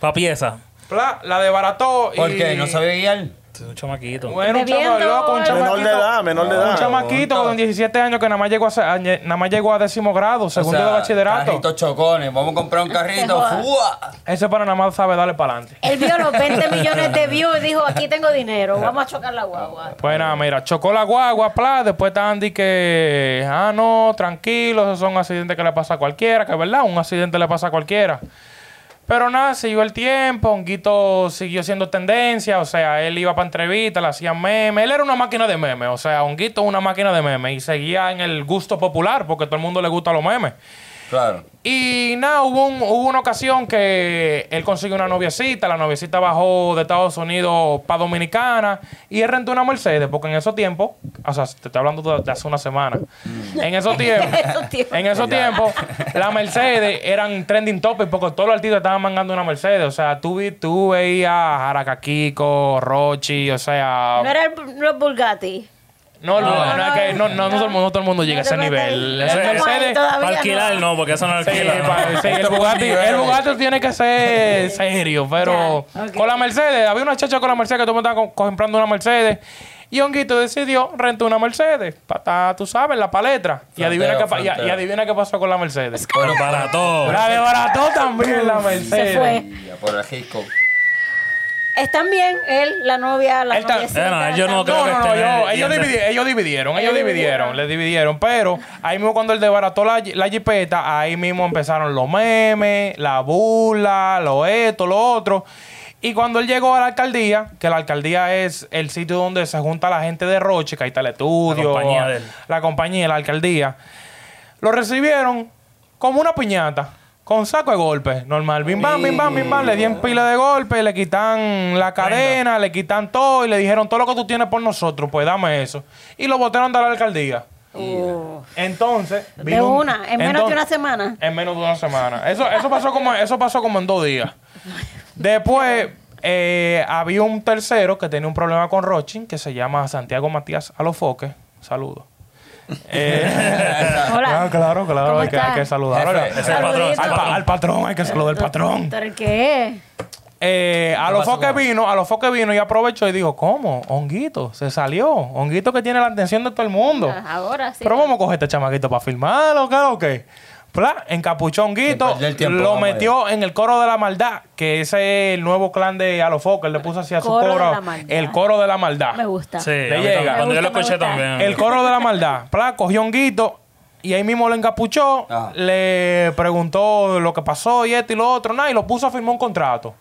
Speaker 3: Pa' pieza.
Speaker 1: Pla, la desbarató. y-
Speaker 4: Porque no sabía guiar.
Speaker 3: Este Es un chamaquito.
Speaker 1: Bueno, un chama-
Speaker 2: Bebiendo,
Speaker 1: loco, un chamaquito.
Speaker 5: Menor de edad, menor de
Speaker 1: Un
Speaker 5: edad.
Speaker 1: chamaquito con 17 años que nada más llegó a, ser- a- nada más llegó a décimo grado, segundo
Speaker 4: O sea,
Speaker 1: de bachillerato.
Speaker 4: Carritos chocones. Vamos a comprar un carrito. ¡Fua!
Speaker 1: Ese para nada más sabe darle para adelante.
Speaker 2: Él vio los 20 millones de views y dijo, aquí tengo dinero, vamos a chocar la guagua.
Speaker 1: Pues nada, mira, chocó la guagua, pla, después está Andy que, ah, no, tranquilo, esos son accidentes que le pasa a cualquiera, que es verdad, un accidente le pasa a cualquiera. Pero nada, siguió el tiempo, Honguito siguió siendo tendencia, o sea, él iba para entrevistas, le hacían memes, él era una máquina de memes, o sea, Honguito una máquina de memes y seguía en el gusto popular porque todo el mundo le gusta los memes.
Speaker 4: Claro.
Speaker 1: Y nada, hubo, un- hubo una ocasión que él consiguió una noviecita, la noviecita bajó de Estados Unidos para Dominicana y él rentó una Mercedes, porque en esos tiempos, o sea, te estoy hablando de, de hace una semana, en esos tiempos,
Speaker 2: Esos tiempos.
Speaker 1: en esos tiempos, la Mercedes eran trending topics porque todos los artistas estaban mandando una Mercedes, o sea, tú, vi- tú veías a Jaracaquico, Rochi, o sea...
Speaker 2: No era el, no es Bugatti.
Speaker 1: No, no,
Speaker 3: No,
Speaker 1: no,
Speaker 2: no,
Speaker 1: es que no, no, no
Speaker 2: no.
Speaker 1: todo el mundo, todo el mundo llega a
Speaker 2: No te
Speaker 1: ese
Speaker 2: metas
Speaker 1: nivel.
Speaker 2: ahí.
Speaker 1: Ese-
Speaker 2: No te
Speaker 1: ese-
Speaker 2: mueres todavía,
Speaker 3: Para alquilar, no, porque eso no
Speaker 1: Sí,
Speaker 3: alquila. ¿no?
Speaker 1: pa- sí, el, Bugatti,
Speaker 4: eh.
Speaker 1: el Bugatti tiene que ser serio, pero
Speaker 2: Ya, ok.
Speaker 1: con la Mercedes, había una chacha con la Mercedes que todo el mundo estaba co- comprando una Mercedes. Y Honguito decidió rentar una Mercedes, para, tú sabes, la paletra. Y
Speaker 4: Fronteo,
Speaker 1: adivina, qué, pa- y,
Speaker 4: fronteo.
Speaker 1: y adivina qué pasó con la Mercedes.
Speaker 3: Pero para todo.
Speaker 1: La desbarató también la Mercedes.
Speaker 2: Se fue.
Speaker 4: Y a por el Hitchcock.
Speaker 2: Están bien, él, la novia, la
Speaker 1: Él está-
Speaker 2: novia.
Speaker 3: Eh, no, yo no creo
Speaker 1: No, no,
Speaker 3: que
Speaker 1: no,
Speaker 3: estén
Speaker 1: yo-
Speaker 3: en-
Speaker 1: ellos,
Speaker 3: en-
Speaker 1: dividi- ellos dividieron, ellos
Speaker 2: Ellos
Speaker 1: dividieron,
Speaker 2: dividieron.
Speaker 1: les dividieron, pero ahí mismo cuando él desbarató la, la jipeta, ahí mismo empezaron los memes, la burla, lo esto, lo otro. Y cuando él llegó a la alcaldía, que la alcaldía es el sitio donde se junta la gente de Roche, que ahí está el estudio,
Speaker 3: La compañía de él.
Speaker 1: la compañía, la alcaldía, lo recibieron como una piñata. Con saco de golpes, normal. Bim bam, bim bam, bim bam. Le dieron pila de golpes, le quitan la cadena, le quitan todo y le dijeron todo lo que tú tienes por nosotros, pues dame eso. Y lo botaron de la alcaldía.
Speaker 2: Uh,
Speaker 1: Entonces.
Speaker 2: de
Speaker 1: vino un-
Speaker 2: una, en menos de
Speaker 1: entonces-
Speaker 2: una semana.
Speaker 1: en menos de una semana. Eso, eso, pasó, como, eso pasó como en dos días. Después eh, había un tercero que tenía un problema con Rochin que se llama Santiago Matías Alofoque. Saludos. Eh,
Speaker 2: Hola.
Speaker 1: ah, claro, claro,
Speaker 2: ¿Cómo
Speaker 1: hay que, hay
Speaker 2: está?
Speaker 1: que saludar
Speaker 4: Jefe,
Speaker 1: oiga.
Speaker 4: ese es
Speaker 3: el patrón, ese es el
Speaker 1: Al, pa-
Speaker 3: patrón.
Speaker 1: al patrón, hay que saludar al patrón.
Speaker 2: ¿Tú eres qué?
Speaker 1: Eh, a los
Speaker 4: pasó,
Speaker 1: foques vino, a los foques vino y aprovechó y dijo, ¿cómo? Honguito, se salió. Honguito que tiene la atención de todo el mundo.
Speaker 2: Ah, ahora sí.
Speaker 1: Pero vamos a coger este chamaquito para filmarlo, ¿qué o qué? Pla, encapuchó a Honguito,
Speaker 4: Sin perder tiempo,
Speaker 1: lo
Speaker 4: vamos
Speaker 1: metió en el coro de la maldad, que ese es el nuevo clan de a los foques, le puso así a su
Speaker 2: Coro de
Speaker 1: coro,
Speaker 2: la maldad.
Speaker 1: el coro de la maldad.
Speaker 2: Me gusta.
Speaker 3: Sí, a mí
Speaker 1: Le
Speaker 3: también.
Speaker 1: llega.
Speaker 3: Cuando yo lo
Speaker 2: Me gusta,
Speaker 3: escuché
Speaker 2: me gusta.
Speaker 3: también.
Speaker 1: El coro de la maldad. Pla, cogió a Honguito y ahí mismo lo encapuchó,
Speaker 4: Ah.
Speaker 1: le preguntó lo que pasó y esto y lo otro, nada, y lo puso a firmar un contrato.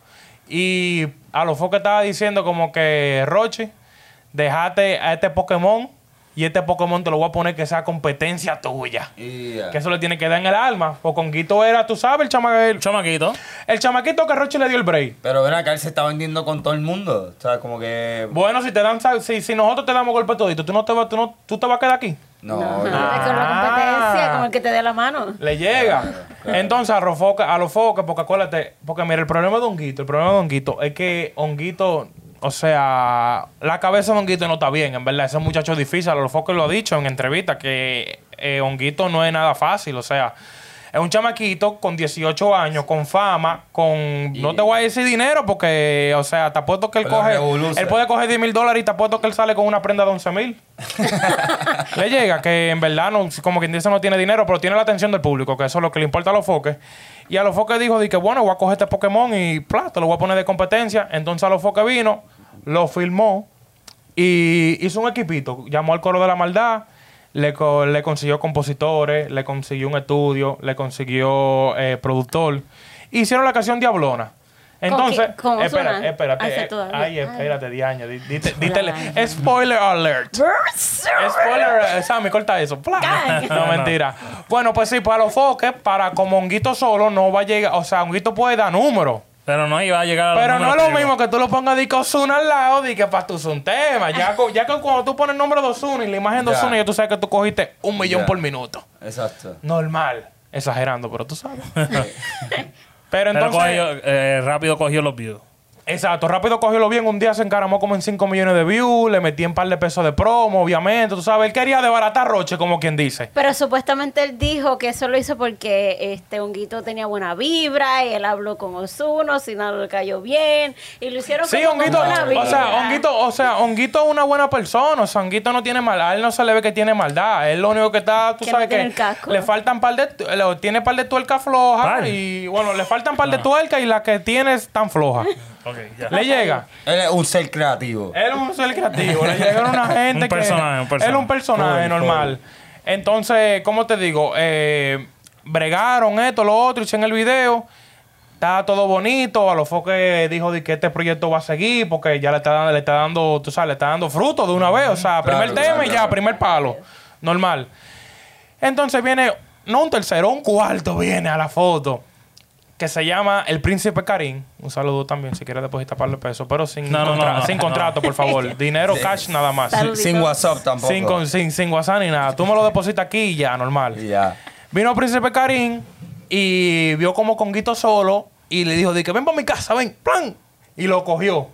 Speaker 1: Y a lo que estaba diciendo como que, Roche, dejate a este Pokémon y este Pokémon te lo voy a poner que sea competencia tuya.
Speaker 4: Y
Speaker 1: Que eso le tiene que dar en el alma. Porque Honguito era, tú sabes, el, chama- el,
Speaker 3: Chamaquito.
Speaker 1: el chamaquito que Roche le dio el break.
Speaker 4: Pero ven acá, él se está vendiendo con todo el mundo. O sea, como que.
Speaker 1: Bueno, si te dan, si, si nosotros te damos golpe todito, tú no te vas, tú no, tú te vas a quedar aquí.
Speaker 4: No,
Speaker 2: No,
Speaker 4: yo-
Speaker 1: Ah.
Speaker 2: es con la competencia, con el que te dé la mano.
Speaker 1: Le llega. Entonces a los focas, a los focas, porque acuérdate, porque mira, el problema de Honguito, el problema de Honguito es que Honguito, o sea, la cabeza de Honguito no está bien, en verdad. Ese muchacho es difícil, a los focas lo ha dicho en entrevistas, que eh, Honguito no es nada fácil, o sea. Es un chamaquito con 18 años, con fama, con... No te voy a decir dinero porque, o sea, te apuesto que él
Speaker 4: Pero
Speaker 1: coge...
Speaker 4: revoluce.
Speaker 1: Él puede coger 10 mil dólares y te apuesto que él sale con una prenda de 11 mil. Le llega que en verdad, no, como quien dice, no tiene dinero, pero tiene la atención del público, que eso es lo que le importa a los foques. Y a los foques dijo, di que bueno, voy a coger este Pokémon y plá, te lo voy a poner de competencia. Entonces a los foques vino, lo filmó y hizo un equipito. Llamó al coro de la maldad, le, co- le consiguió compositores, le consiguió un estudio, le consiguió eh, productor. Hicieron la canción Diablona. Entonces,
Speaker 2: qué- con
Speaker 1: espera,
Speaker 2: Ozuna?
Speaker 1: espérate.
Speaker 2: Ay, se
Speaker 1: eh,
Speaker 2: todavía. Ay.
Speaker 1: Ay, espérate, Diana. di- dite-
Speaker 2: Ay.
Speaker 1: dítele- Spoiler alert. Spoiler, eh, Sammy, corta eso. Pla.
Speaker 2: Ay.
Speaker 1: No, mentira. Bueno, pues sí, para los foques, para como Honguito solo no va a llegar. O sea, Honguito puede dar número.
Speaker 3: Pero no iba a llegar a los
Speaker 1: Pero no es
Speaker 3: números
Speaker 1: lo
Speaker 3: que
Speaker 1: mismo que tú lo pongas de que Ozuna al lado y que para tu un tema. Ya, co- ya que cuando tú pones el nombre de Ozuna y la imagen de
Speaker 4: Ya.
Speaker 1: Ozuna, ya tú sabes que tú cogiste un millón
Speaker 4: Ya.
Speaker 1: por minuto.
Speaker 4: Exacto.
Speaker 1: Normal. Exagerando, pero tú sabes. pero
Speaker 3: Pero
Speaker 1: entonces.
Speaker 3: cogió, eh, rápido cogió los views.
Speaker 1: Exacto, rápido cogió bien. Un día se encaramó como en 5 millones de views. Le metí un par de pesos de promo, obviamente. Tú sabes, él quería desbaratar Roche, como quien dice.
Speaker 2: Pero supuestamente él dijo que eso lo hizo porque este honguito tenía buena vibra y él habló con Osuno, si nada le cayó bien y lo hicieron
Speaker 1: Sí,
Speaker 2: como con
Speaker 1: Honguito,
Speaker 2: buena
Speaker 1: o sea,
Speaker 2: vibra.
Speaker 1: Honguito, o sea, Honguito es una buena persona, o sea, Honguito no tiene maldad, a él no se le ve que tiene maldad, él lo único que está, tú
Speaker 2: Que no
Speaker 1: sabes
Speaker 2: tiene
Speaker 1: que
Speaker 2: el casco.
Speaker 1: le faltan par de, tu- le- tiene par de tuerca floja
Speaker 3: Par.
Speaker 1: y bueno, le faltan par de tuerca y la que tiene es tan floja.
Speaker 3: Ok, ya.
Speaker 1: le llega.
Speaker 4: Él es un ser creativo.
Speaker 1: Él es un ser creativo. Le llegaron una gente
Speaker 3: Un
Speaker 1: que.
Speaker 3: personaje, un personaje.
Speaker 1: Él es un personaje
Speaker 4: Joven,
Speaker 1: normal. Entonces, ¿cómo te digo? Eh, bregaron esto, lo otro, hicieron el video. Está todo bonito. A los foques dijo de que este proyecto va a seguir porque ya le está dando, le está dando, tú sabes, le está dando fruto de una vez. O sea,
Speaker 4: Claro,
Speaker 1: primer tema
Speaker 4: claro,
Speaker 1: y ya,
Speaker 4: claro.
Speaker 1: primer palo. Normal. Entonces viene no un tercero, un cuarto viene a la foto. Que se llama El Príncipe Karim. Un saludo también, si quieres depositar par de pesos. Pero sin,
Speaker 3: No, no,
Speaker 1: contra-
Speaker 3: no, no,
Speaker 1: sin
Speaker 3: no.
Speaker 1: contrato, por favor. Dinero cash nada más.
Speaker 2: Salud.
Speaker 4: Sin WhatsApp tampoco.
Speaker 1: Sin, con- sin, sin WhatsApp ni nada. Tú me lo depositas aquí y ya, normal.
Speaker 4: Y Ya.
Speaker 1: Vino el príncipe Karim y vio como Conguito solo y le dijo, di que ven para mi casa, ven, plan. Y lo cogió.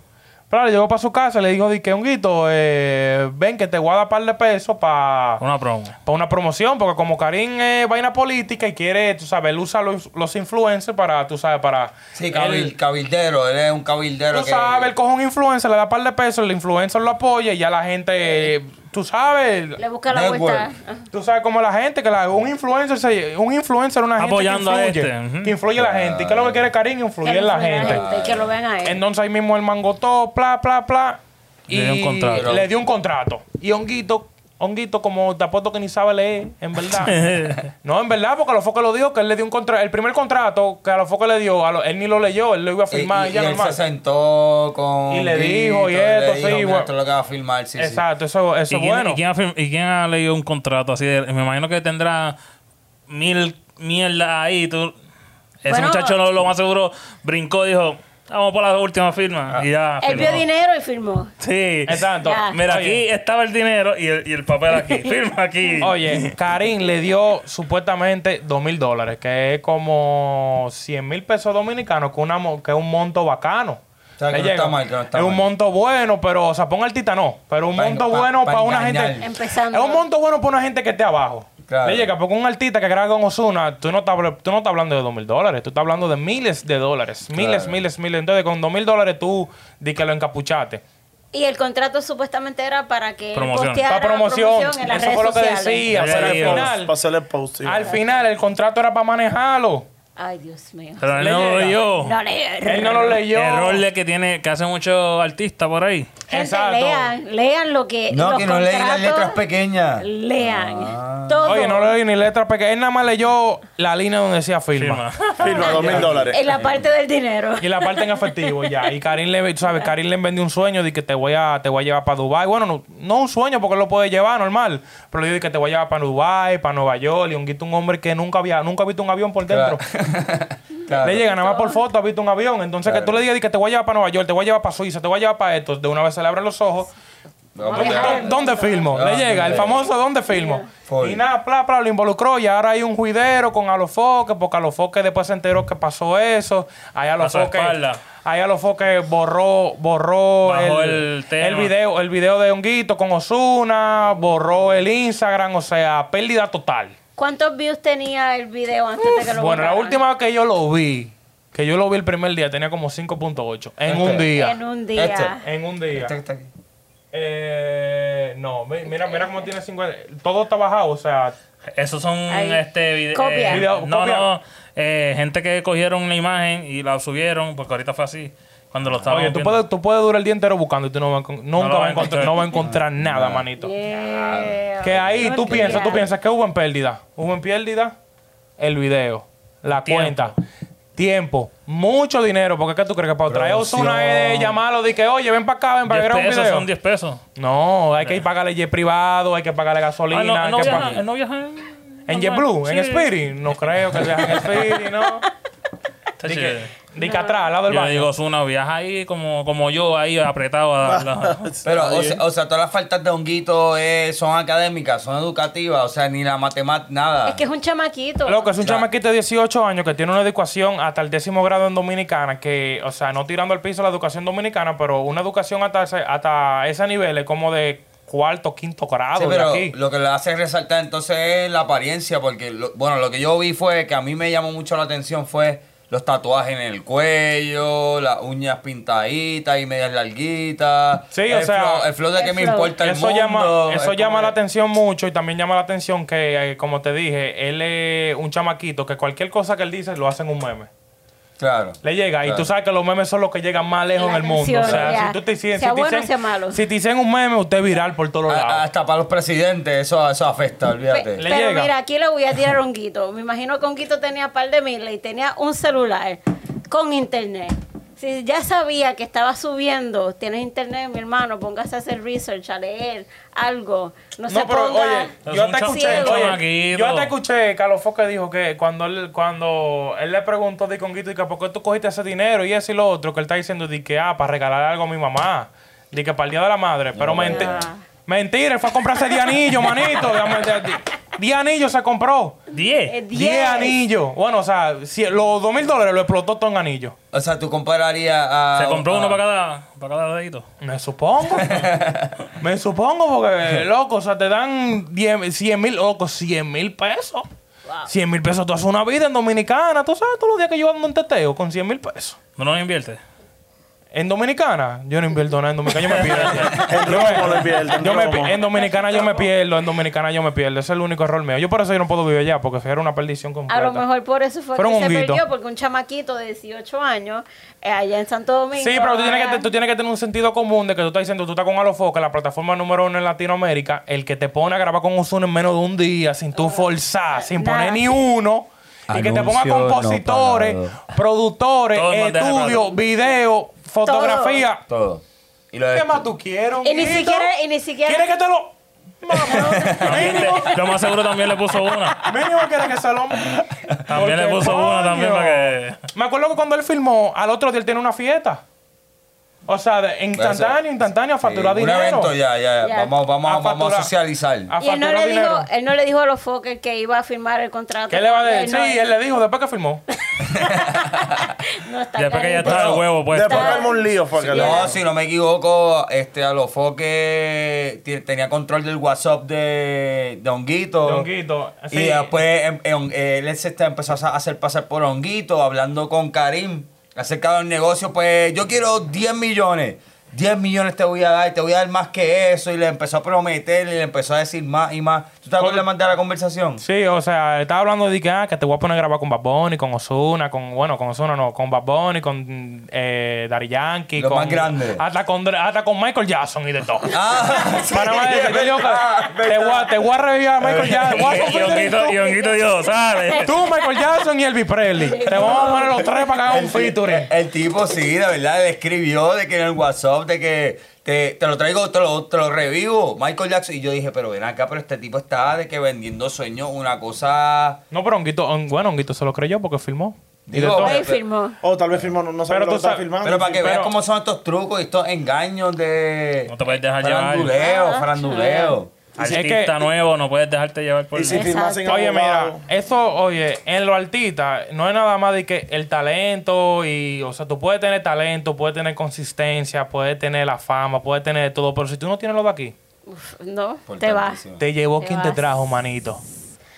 Speaker 1: Claro, llegó para su casa y le dijo, di que Honguito, eh, ven que te voy a dar par de pesos para
Speaker 3: Una promo.
Speaker 1: una promoción, porque como Karim es vaina política y quiere, tú sabes, él usa los, los influencers para, tú sabes, para...
Speaker 4: Sí,
Speaker 1: él-
Speaker 4: cabil- cabildero, él es un cabildero
Speaker 1: Tú
Speaker 4: que.
Speaker 1: sabes, él coge un influencer, le da par de pesos, el influencer lo apoya y ya la gente, eh, tú sabes,
Speaker 2: Le busca la vuelta.
Speaker 4: Network.
Speaker 1: Tú sabes como la gente, que la- un influencer se- un influencer es una gente
Speaker 3: Apoyando
Speaker 1: que
Speaker 3: a
Speaker 1: influye,
Speaker 3: este, ujú.
Speaker 1: que influye a la gente. ¿Y qué es lo que quiere Karim? Influir
Speaker 2: Que
Speaker 1: en la
Speaker 2: lo vean a
Speaker 1: gente.
Speaker 2: Que lo vean a él.
Speaker 1: Entonces ahí mismo el mangotó, bla, bla, bla. Y
Speaker 3: Le dio un contrato.
Speaker 1: le dio un contrato. Y Honguito, Honguito, como te apuesto que ni sabe leer, en verdad. no, en verdad, porque a lo foco lo dijo que él le dio un contrato. El primer contrato que a lo foco le dio, a lo- él ni lo leyó, él lo iba a
Speaker 4: Y, y-
Speaker 1: firmar y,
Speaker 4: y
Speaker 1: ya
Speaker 4: él
Speaker 1: normal.
Speaker 4: se sentó con.
Speaker 1: Y le
Speaker 4: Guito,
Speaker 1: dijo, y
Speaker 4: le
Speaker 1: esto,
Speaker 4: dijo,
Speaker 1: sí,
Speaker 4: mira,
Speaker 1: bueno.
Speaker 4: Esto es lo que va a filmar, sí, sí.
Speaker 1: Exacto, eso, eso
Speaker 3: ¿Y
Speaker 1: es
Speaker 3: quién,
Speaker 1: bueno.
Speaker 3: y quién ha, firm- y quién ha leído un contrato así? de- me imagino que tendrá mil mierda ahí. Tú, ese
Speaker 2: Bueno.
Speaker 3: muchacho lo, lo más seguro brincó y dijo, vamos por la última firma. y ya,
Speaker 2: Él vio
Speaker 3: firmó.
Speaker 2: dinero y firmó.
Speaker 3: Sí.
Speaker 1: Ah. Exacto.
Speaker 2: Ya.
Speaker 3: Mira,
Speaker 1: Oye.
Speaker 3: aquí estaba el dinero y el, y el papel aquí. Firma aquí.
Speaker 1: Oye, Karim le dio supuestamente dos mil dólares, que es como 100 mil pesos dominicanos, que, una, mo- que es un monto bacano.
Speaker 4: O sea, que
Speaker 1: Le
Speaker 4: no está
Speaker 1: llega.
Speaker 4: mal, que no está
Speaker 1: es un
Speaker 4: mal.
Speaker 1: monto bueno, pero, o sea, pon artista no, pero un
Speaker 4: Pa-
Speaker 1: monto
Speaker 4: pa-
Speaker 1: bueno
Speaker 4: pa
Speaker 1: para una
Speaker 4: engañar.
Speaker 1: gente.
Speaker 2: Empezando.
Speaker 1: Es un monto bueno para una gente que esté abajo.
Speaker 4: Claro.
Speaker 1: Le llega, porque un artista que graba con Osuna, tú no estás tú no estás hablando de dos mil dólares, tú estás hablando de miles de dólares. Miles,
Speaker 4: Claro.
Speaker 1: miles, miles. Entonces, con dos mil dólares tú di que lo encapuchaste.
Speaker 2: Y el contrato supuestamente era para que él
Speaker 3: Promoción.
Speaker 1: Para
Speaker 2: posteara
Speaker 1: promoción.
Speaker 2: en las
Speaker 1: Eso
Speaker 2: redes
Speaker 1: fue lo que
Speaker 2: sociales.
Speaker 1: decía.
Speaker 3: Ya
Speaker 1: Pero al
Speaker 3: le dio.
Speaker 1: final.
Speaker 5: Para hacerle post. sí.
Speaker 1: Al final, el contrato era para manejarlo.
Speaker 2: Ay, Dios mío.
Speaker 3: Pero él
Speaker 1: le
Speaker 3: no lo
Speaker 1: llega.
Speaker 3: leyó.
Speaker 2: No le
Speaker 1: Él no lo leyó.
Speaker 3: Error de que tiene, que hacen muchos artistas por ahí.
Speaker 2: Gente,
Speaker 1: Exacto.
Speaker 2: lean, lean lo que.
Speaker 4: No,
Speaker 2: los
Speaker 4: que no leí las
Speaker 2: contratos,
Speaker 4: letras pequeñas.
Speaker 2: Lean. Todo.
Speaker 1: Oye, no leí ni letra pequeña. Él nada más leyó la línea donde decía firma.
Speaker 3: Firma.
Speaker 5: Firma, dos mil dólares.
Speaker 2: En la parte del dinero.
Speaker 1: Y la parte en efectivo ya. Y Karim le, tú ¿sabes? Karim le vendió un sueño de que te voy a, te voy a llevar para Dubai. Bueno, no, no un sueño porque él lo puede llevar normal. Pero le dije que te voy a llevar para Dubai, para Nueva York. Y un guito, un hombre que nunca había, nunca ha visto un avión por dentro.
Speaker 4: Claro.
Speaker 1: Le llega nada más por foto, ha visto un avión. Entonces que tú le digas de que te voy a llevar para Nueva York, te voy a llevar para Suiza, te voy a llevar para esto. De una vez se le abren los ojos.
Speaker 4: No,
Speaker 2: Vamos a
Speaker 4: porque-
Speaker 2: dejar-
Speaker 1: ¿Dó- ¿Dónde filmo?
Speaker 4: Ah,
Speaker 1: Le llega el
Speaker 4: sí.
Speaker 1: famoso ¿dónde filmo?
Speaker 4: Full.
Speaker 1: Y nada, pla, pla, lo involucró y ahora hay un juidero con Alofoque, porque Alofoque después se enteró que pasó eso. Ahí
Speaker 3: Pasó
Speaker 1: Alofoque,
Speaker 3: espalda.
Speaker 1: ahí Alofoque borró, borró
Speaker 3: Bajó
Speaker 1: el,
Speaker 3: el tema.
Speaker 1: el video, el video de Honguito con Osuna, borró el Instagram, o sea, pérdida total.
Speaker 2: ¿Cuántos views tenía el video antes de que lo
Speaker 1: Bueno, la
Speaker 2: borraran?
Speaker 1: última vez que yo lo vi, que yo lo vi el primer día, tenía como 5.8 en
Speaker 4: Este.
Speaker 1: un
Speaker 2: En
Speaker 1: día.
Speaker 2: un día.
Speaker 4: Este.
Speaker 1: En un día.
Speaker 4: Este que está aquí.
Speaker 1: Eh, no, mi- mira, mira cómo tiene 50. Todo está bajado, o sea,
Speaker 3: Esos son
Speaker 2: Ahí.
Speaker 3: este vide-
Speaker 2: Copia.
Speaker 3: eh,
Speaker 1: Video-
Speaker 3: no,
Speaker 1: copia.
Speaker 3: no. eh, gente que cogieron la imagen y la subieron, porque ahorita fue así. Cuando lo estábamos
Speaker 1: oye, tú
Speaker 3: viendo.
Speaker 1: puedes, tú puedes durar el día entero buscando y tú no vas a encon- nunca
Speaker 3: lo vas
Speaker 1: vas a
Speaker 3: a
Speaker 1: encontrar,
Speaker 3: encontrar. Mm.
Speaker 1: no vas a encontrar nada, manito.
Speaker 2: Yeah.
Speaker 1: Que ahí tú
Speaker 2: Mentira.
Speaker 1: piensas, tú piensas que hubo en pérdida. Hubo en pérdida el video, la
Speaker 3: Tiempo.
Speaker 1: cuenta, tiempo, mucho dinero. Porque ¿qué tú crees que para traer a Osuna
Speaker 4: Producción.
Speaker 1: es llamarlo de que, oye, ven para acá, ven para
Speaker 3: 10
Speaker 1: grabar un
Speaker 3: pesos
Speaker 1: video?
Speaker 3: son 10 pesos.
Speaker 1: No, hay que ir pagarle jet privado, hay que pagarle gasolina.
Speaker 3: Ah, no, él no
Speaker 1: hay que
Speaker 3: viaja,
Speaker 1: pagar-
Speaker 3: él no viaja en.
Speaker 1: en JetBlue, en
Speaker 3: Sí.
Speaker 1: Spirit. No creo que sea en Spirit, ¿no?
Speaker 3: Está
Speaker 1: Di que,
Speaker 3: chévere.
Speaker 1: di que atrás, al lado del
Speaker 3: Yo
Speaker 1: baño.
Speaker 3: le digo, Zuna, viaja ahí como, como yo, ahí apretado. a la-
Speaker 4: Pero, o sea, o sea, todas las faltas de honguito eh, son académicas, son educativas, o sea, ni la matemática, nada.
Speaker 2: Es que es un chamaquito.
Speaker 1: Loco, es un
Speaker 4: Claro.
Speaker 1: chamaquito de 18 años que tiene una educación hasta el décimo grado en Dominicana, que, o sea, no tirando al piso la educación dominicana, pero una educación hasta ese, hasta ese nivel es como de cuarto, quinto grado
Speaker 4: Sí,
Speaker 1: de
Speaker 4: pero
Speaker 1: Ah, aquí.
Speaker 4: lo que le hace resaltar entonces es la apariencia, porque, lo- bueno, lo que yo vi fue que a mí me llamó mucho la atención fue los tatuajes en el cuello, las uñas pintaditas y medias larguitas.
Speaker 1: Sí,
Speaker 4: el
Speaker 1: o sea,
Speaker 4: flow- el flow de
Speaker 2: el
Speaker 4: que me
Speaker 2: flow.
Speaker 4: importa el
Speaker 1: Eso
Speaker 4: mundo.
Speaker 1: llama,
Speaker 4: es
Speaker 1: eso
Speaker 4: como
Speaker 1: llama
Speaker 4: que-
Speaker 1: la atención mucho y también llama la atención que, eh, como te dije, él es un chamaquito que cualquier cosa que él dice lo hacen un meme.
Speaker 4: Claro.
Speaker 1: Le llega, y
Speaker 4: Claro.
Speaker 1: tú sabes que los memes son los que llegan más lejos
Speaker 2: La
Speaker 1: en el mundo. O
Speaker 2: atención,
Speaker 1: sea,
Speaker 2: ya.
Speaker 1: si tú te dicen,
Speaker 2: Sea
Speaker 1: si te
Speaker 2: bueno,
Speaker 1: dicen-
Speaker 2: sea malo.
Speaker 1: si te dicen un meme, usted es viral por todos lados.
Speaker 4: A- hasta para los presidentes eso, eso afecta, olvídate.
Speaker 2: Pe-
Speaker 1: Le
Speaker 2: pero
Speaker 1: llega.
Speaker 2: mira, aquí le voy a tirar a Honguito. Me imagino que Honguito tenía par de miles y tenía un celular con internet. si ya sabía que estaba subiendo, tienes internet, mi hermano, póngase a hacer research, a leer algo. No, se
Speaker 1: No, pero
Speaker 2: ponga...
Speaker 1: oye,
Speaker 3: Pero
Speaker 1: yo
Speaker 3: son
Speaker 1: hasta
Speaker 3: cham-
Speaker 1: escuché,
Speaker 2: son
Speaker 1: oye,
Speaker 3: chamaquitos.
Speaker 1: yo hasta escuché, Carlos Foque dijo que cuando él, cuando él le preguntó a Diconguito, que ¿por qué tú cogiste ese dinero y eso y lo otro? Que él está diciendo, di que, ah, para regalar algo a mi mamá, di que para el Día de la Madre, pero menti-
Speaker 2: Ah.
Speaker 1: mentira, él fue a comprarse 10 anillos, manito, 10 anillos se compró,
Speaker 2: Eh, diez.
Speaker 3: 10.
Speaker 1: 10 anillos, bueno, o sea, si- los 2 mil dólares lo explotó todo en anillos,
Speaker 4: O sea, tú compararías a.
Speaker 3: Se compró
Speaker 4: a-
Speaker 1: Ah.
Speaker 3: uno para cada, para cada dedito.
Speaker 1: me supongo, me supongo, porque, loco, o sea, te dan 10, 100 mil, loco, 100 mil pesos.
Speaker 2: Wow.
Speaker 1: 100 mil pesos, tú haces una vida en Dominicana. Tú sabes todos los días que yo ando en teteo con 100 mil pesos.
Speaker 3: ¿No nos invierte?
Speaker 1: En Dominicana, yo no invierto nada en Dominicana, yo me pierdo.
Speaker 5: En
Speaker 1: Yo me-
Speaker 5: romo le pierde, en
Speaker 1: yo me
Speaker 5: romo.
Speaker 1: pi- eh, en Dominicana yo me pierdo, en Dominicana yo me pierdo. Ese es el único error mío. Yo por eso yo no puedo vivir allá, porque era una perdición
Speaker 2: A
Speaker 1: completa.
Speaker 2: lo mejor por eso fue
Speaker 1: Fueron
Speaker 2: que se
Speaker 1: honguitos.
Speaker 2: perdió, porque un chamaquito de 18 años, eh, allá en Santo Domingo.
Speaker 1: Sí, pero tú tienes, que,
Speaker 2: ahora-
Speaker 1: te- tú tienes que tener un sentido común de que tú estás diciendo, tú estás con Alofoca, la plataforma número uno en Latinoamérica, el que te pone a grabar con Ozuna en menos de un día, sin tú forzar, sin
Speaker 2: Nada.
Speaker 1: poner ni uno, y que te ponga
Speaker 4: Anuncio no
Speaker 1: compositores,
Speaker 4: pagado.
Speaker 1: productores,
Speaker 3: Todo en bandeja de
Speaker 1: estudios,
Speaker 3: plata.
Speaker 1: video, fotografía.
Speaker 4: Todo. Y lo de-
Speaker 1: ¿Qué más tú quieres?
Speaker 2: Y ni
Speaker 1: honguito?
Speaker 2: siquiera- y ni siquiera-
Speaker 1: ¿Quieres que te lo.?
Speaker 3: También
Speaker 1: Mínimo,
Speaker 3: le- lo más seguro también le puso una.
Speaker 1: mínimo quieres que se lo.
Speaker 3: También le
Speaker 1: Porque,
Speaker 3: puso una también
Speaker 1: coño.
Speaker 3: para que.
Speaker 1: Me acuerdo que cuando él filmó, al otro día él tiene una fiesta. O sea, de- instantáneo, instantáneo, a
Speaker 4: Sí,
Speaker 1: facturar
Speaker 4: un
Speaker 1: dinero. Ah,
Speaker 4: evento ya, ya, ya.
Speaker 2: Ya.
Speaker 4: Vamos, vamos,
Speaker 1: A
Speaker 4: vamos
Speaker 1: facturar.
Speaker 4: a socializar.
Speaker 1: A
Speaker 2: Y él no,
Speaker 1: facturar
Speaker 2: le dijo,
Speaker 1: dinero.
Speaker 2: él no le dijo a los Fokker que iba a firmar el contrato.
Speaker 1: ¿Qué le va a
Speaker 2: Eh,
Speaker 1: decir?
Speaker 2: no,
Speaker 1: sí, él le dijo después que firmó.
Speaker 2: no está
Speaker 3: Después que ya
Speaker 2: clarito.
Speaker 3: está el huevo pues, puesto.
Speaker 5: Después arma un lío, fue que le-
Speaker 4: No, si no me equivoco, este a los foques ti- tenía control del WhatsApp de, de Honguito.
Speaker 1: De Honguito, sí.
Speaker 4: Y después em- em- él se está- empezó a hacer pasar por Honguito, hablando con Karim acerca del negocio. Pues yo quiero 10 millones. 10 millones te voy a dar, te voy a dar más que eso. Y le empezó a prometer y le empezó a decir más y más. ¿Tú te acuerdas más de la conversación?
Speaker 1: Sí, o sea, estaba hablando de que, ah, que te voy a poner a grabar con Bad Bunny, con Ozuna, con, bueno, con Ozuna no, con Bad Bunny, con eh, Daddy Yankee.
Speaker 4: Los
Speaker 1: con,
Speaker 4: más grandes.
Speaker 1: Hasta con, hasta con Michael Jackson y de todo.
Speaker 4: Ah, sí,
Speaker 1: Para más
Speaker 4: es
Speaker 1: decir, yo digo
Speaker 4: Ah, verdad,
Speaker 1: que te voy a- te voy a revivir a Michael Jackson. Voy
Speaker 3: Y-
Speaker 1: a
Speaker 3: Y
Speaker 1: sufrir de
Speaker 3: Honguito- y Honguito dijo, sale.
Speaker 1: Tú, Michael Jackson y Elvis Presley. Te vamos a poner los tres para que hagan Ah, un featuring.
Speaker 4: El tipo sí, de verdad, le escribió de que en el WhatsApp, de que te, te lo traigo, te lo, te lo revivo, Michael Jackson. Y yo dije, pero ven acá, pero este tipo está de que vendiendo sueños, una cosa...
Speaker 1: No, pero Honguito, Hon- bueno, Honguito se lo creyó porque filmó. Y de
Speaker 4: Digo,
Speaker 1: todo.
Speaker 2: Ahí firmó.
Speaker 5: O tal vez firmó, no, no sabe
Speaker 1: Pero
Speaker 5: lo
Speaker 1: tú
Speaker 5: que está
Speaker 1: sabes-
Speaker 5: firmando.
Speaker 4: Pero para que veas
Speaker 1: pero-
Speaker 4: cómo son estos trucos y estos engaños de...
Speaker 3: No te puedes dejar llevar.
Speaker 4: faranduleo,
Speaker 2: Ah,
Speaker 4: faranduleo.
Speaker 1: Es que-
Speaker 3: Artista nuevo, no puedes dejarte llevar por
Speaker 5: Y si
Speaker 3: él.
Speaker 5: firmasen a
Speaker 1: Oye, mira,
Speaker 5: abogado.
Speaker 1: eso, oye, en lo artista no es nada más de que el talento y, o sea, tú puedes tener talento, puedes tener consistencia, puedes tener la fama, puedes tener todo, pero si tú no tienes lo de aquí,
Speaker 2: Uf, no, te vas.
Speaker 1: te llevó
Speaker 2: Te
Speaker 1: quien te
Speaker 2: vas.
Speaker 1: trajo, manito.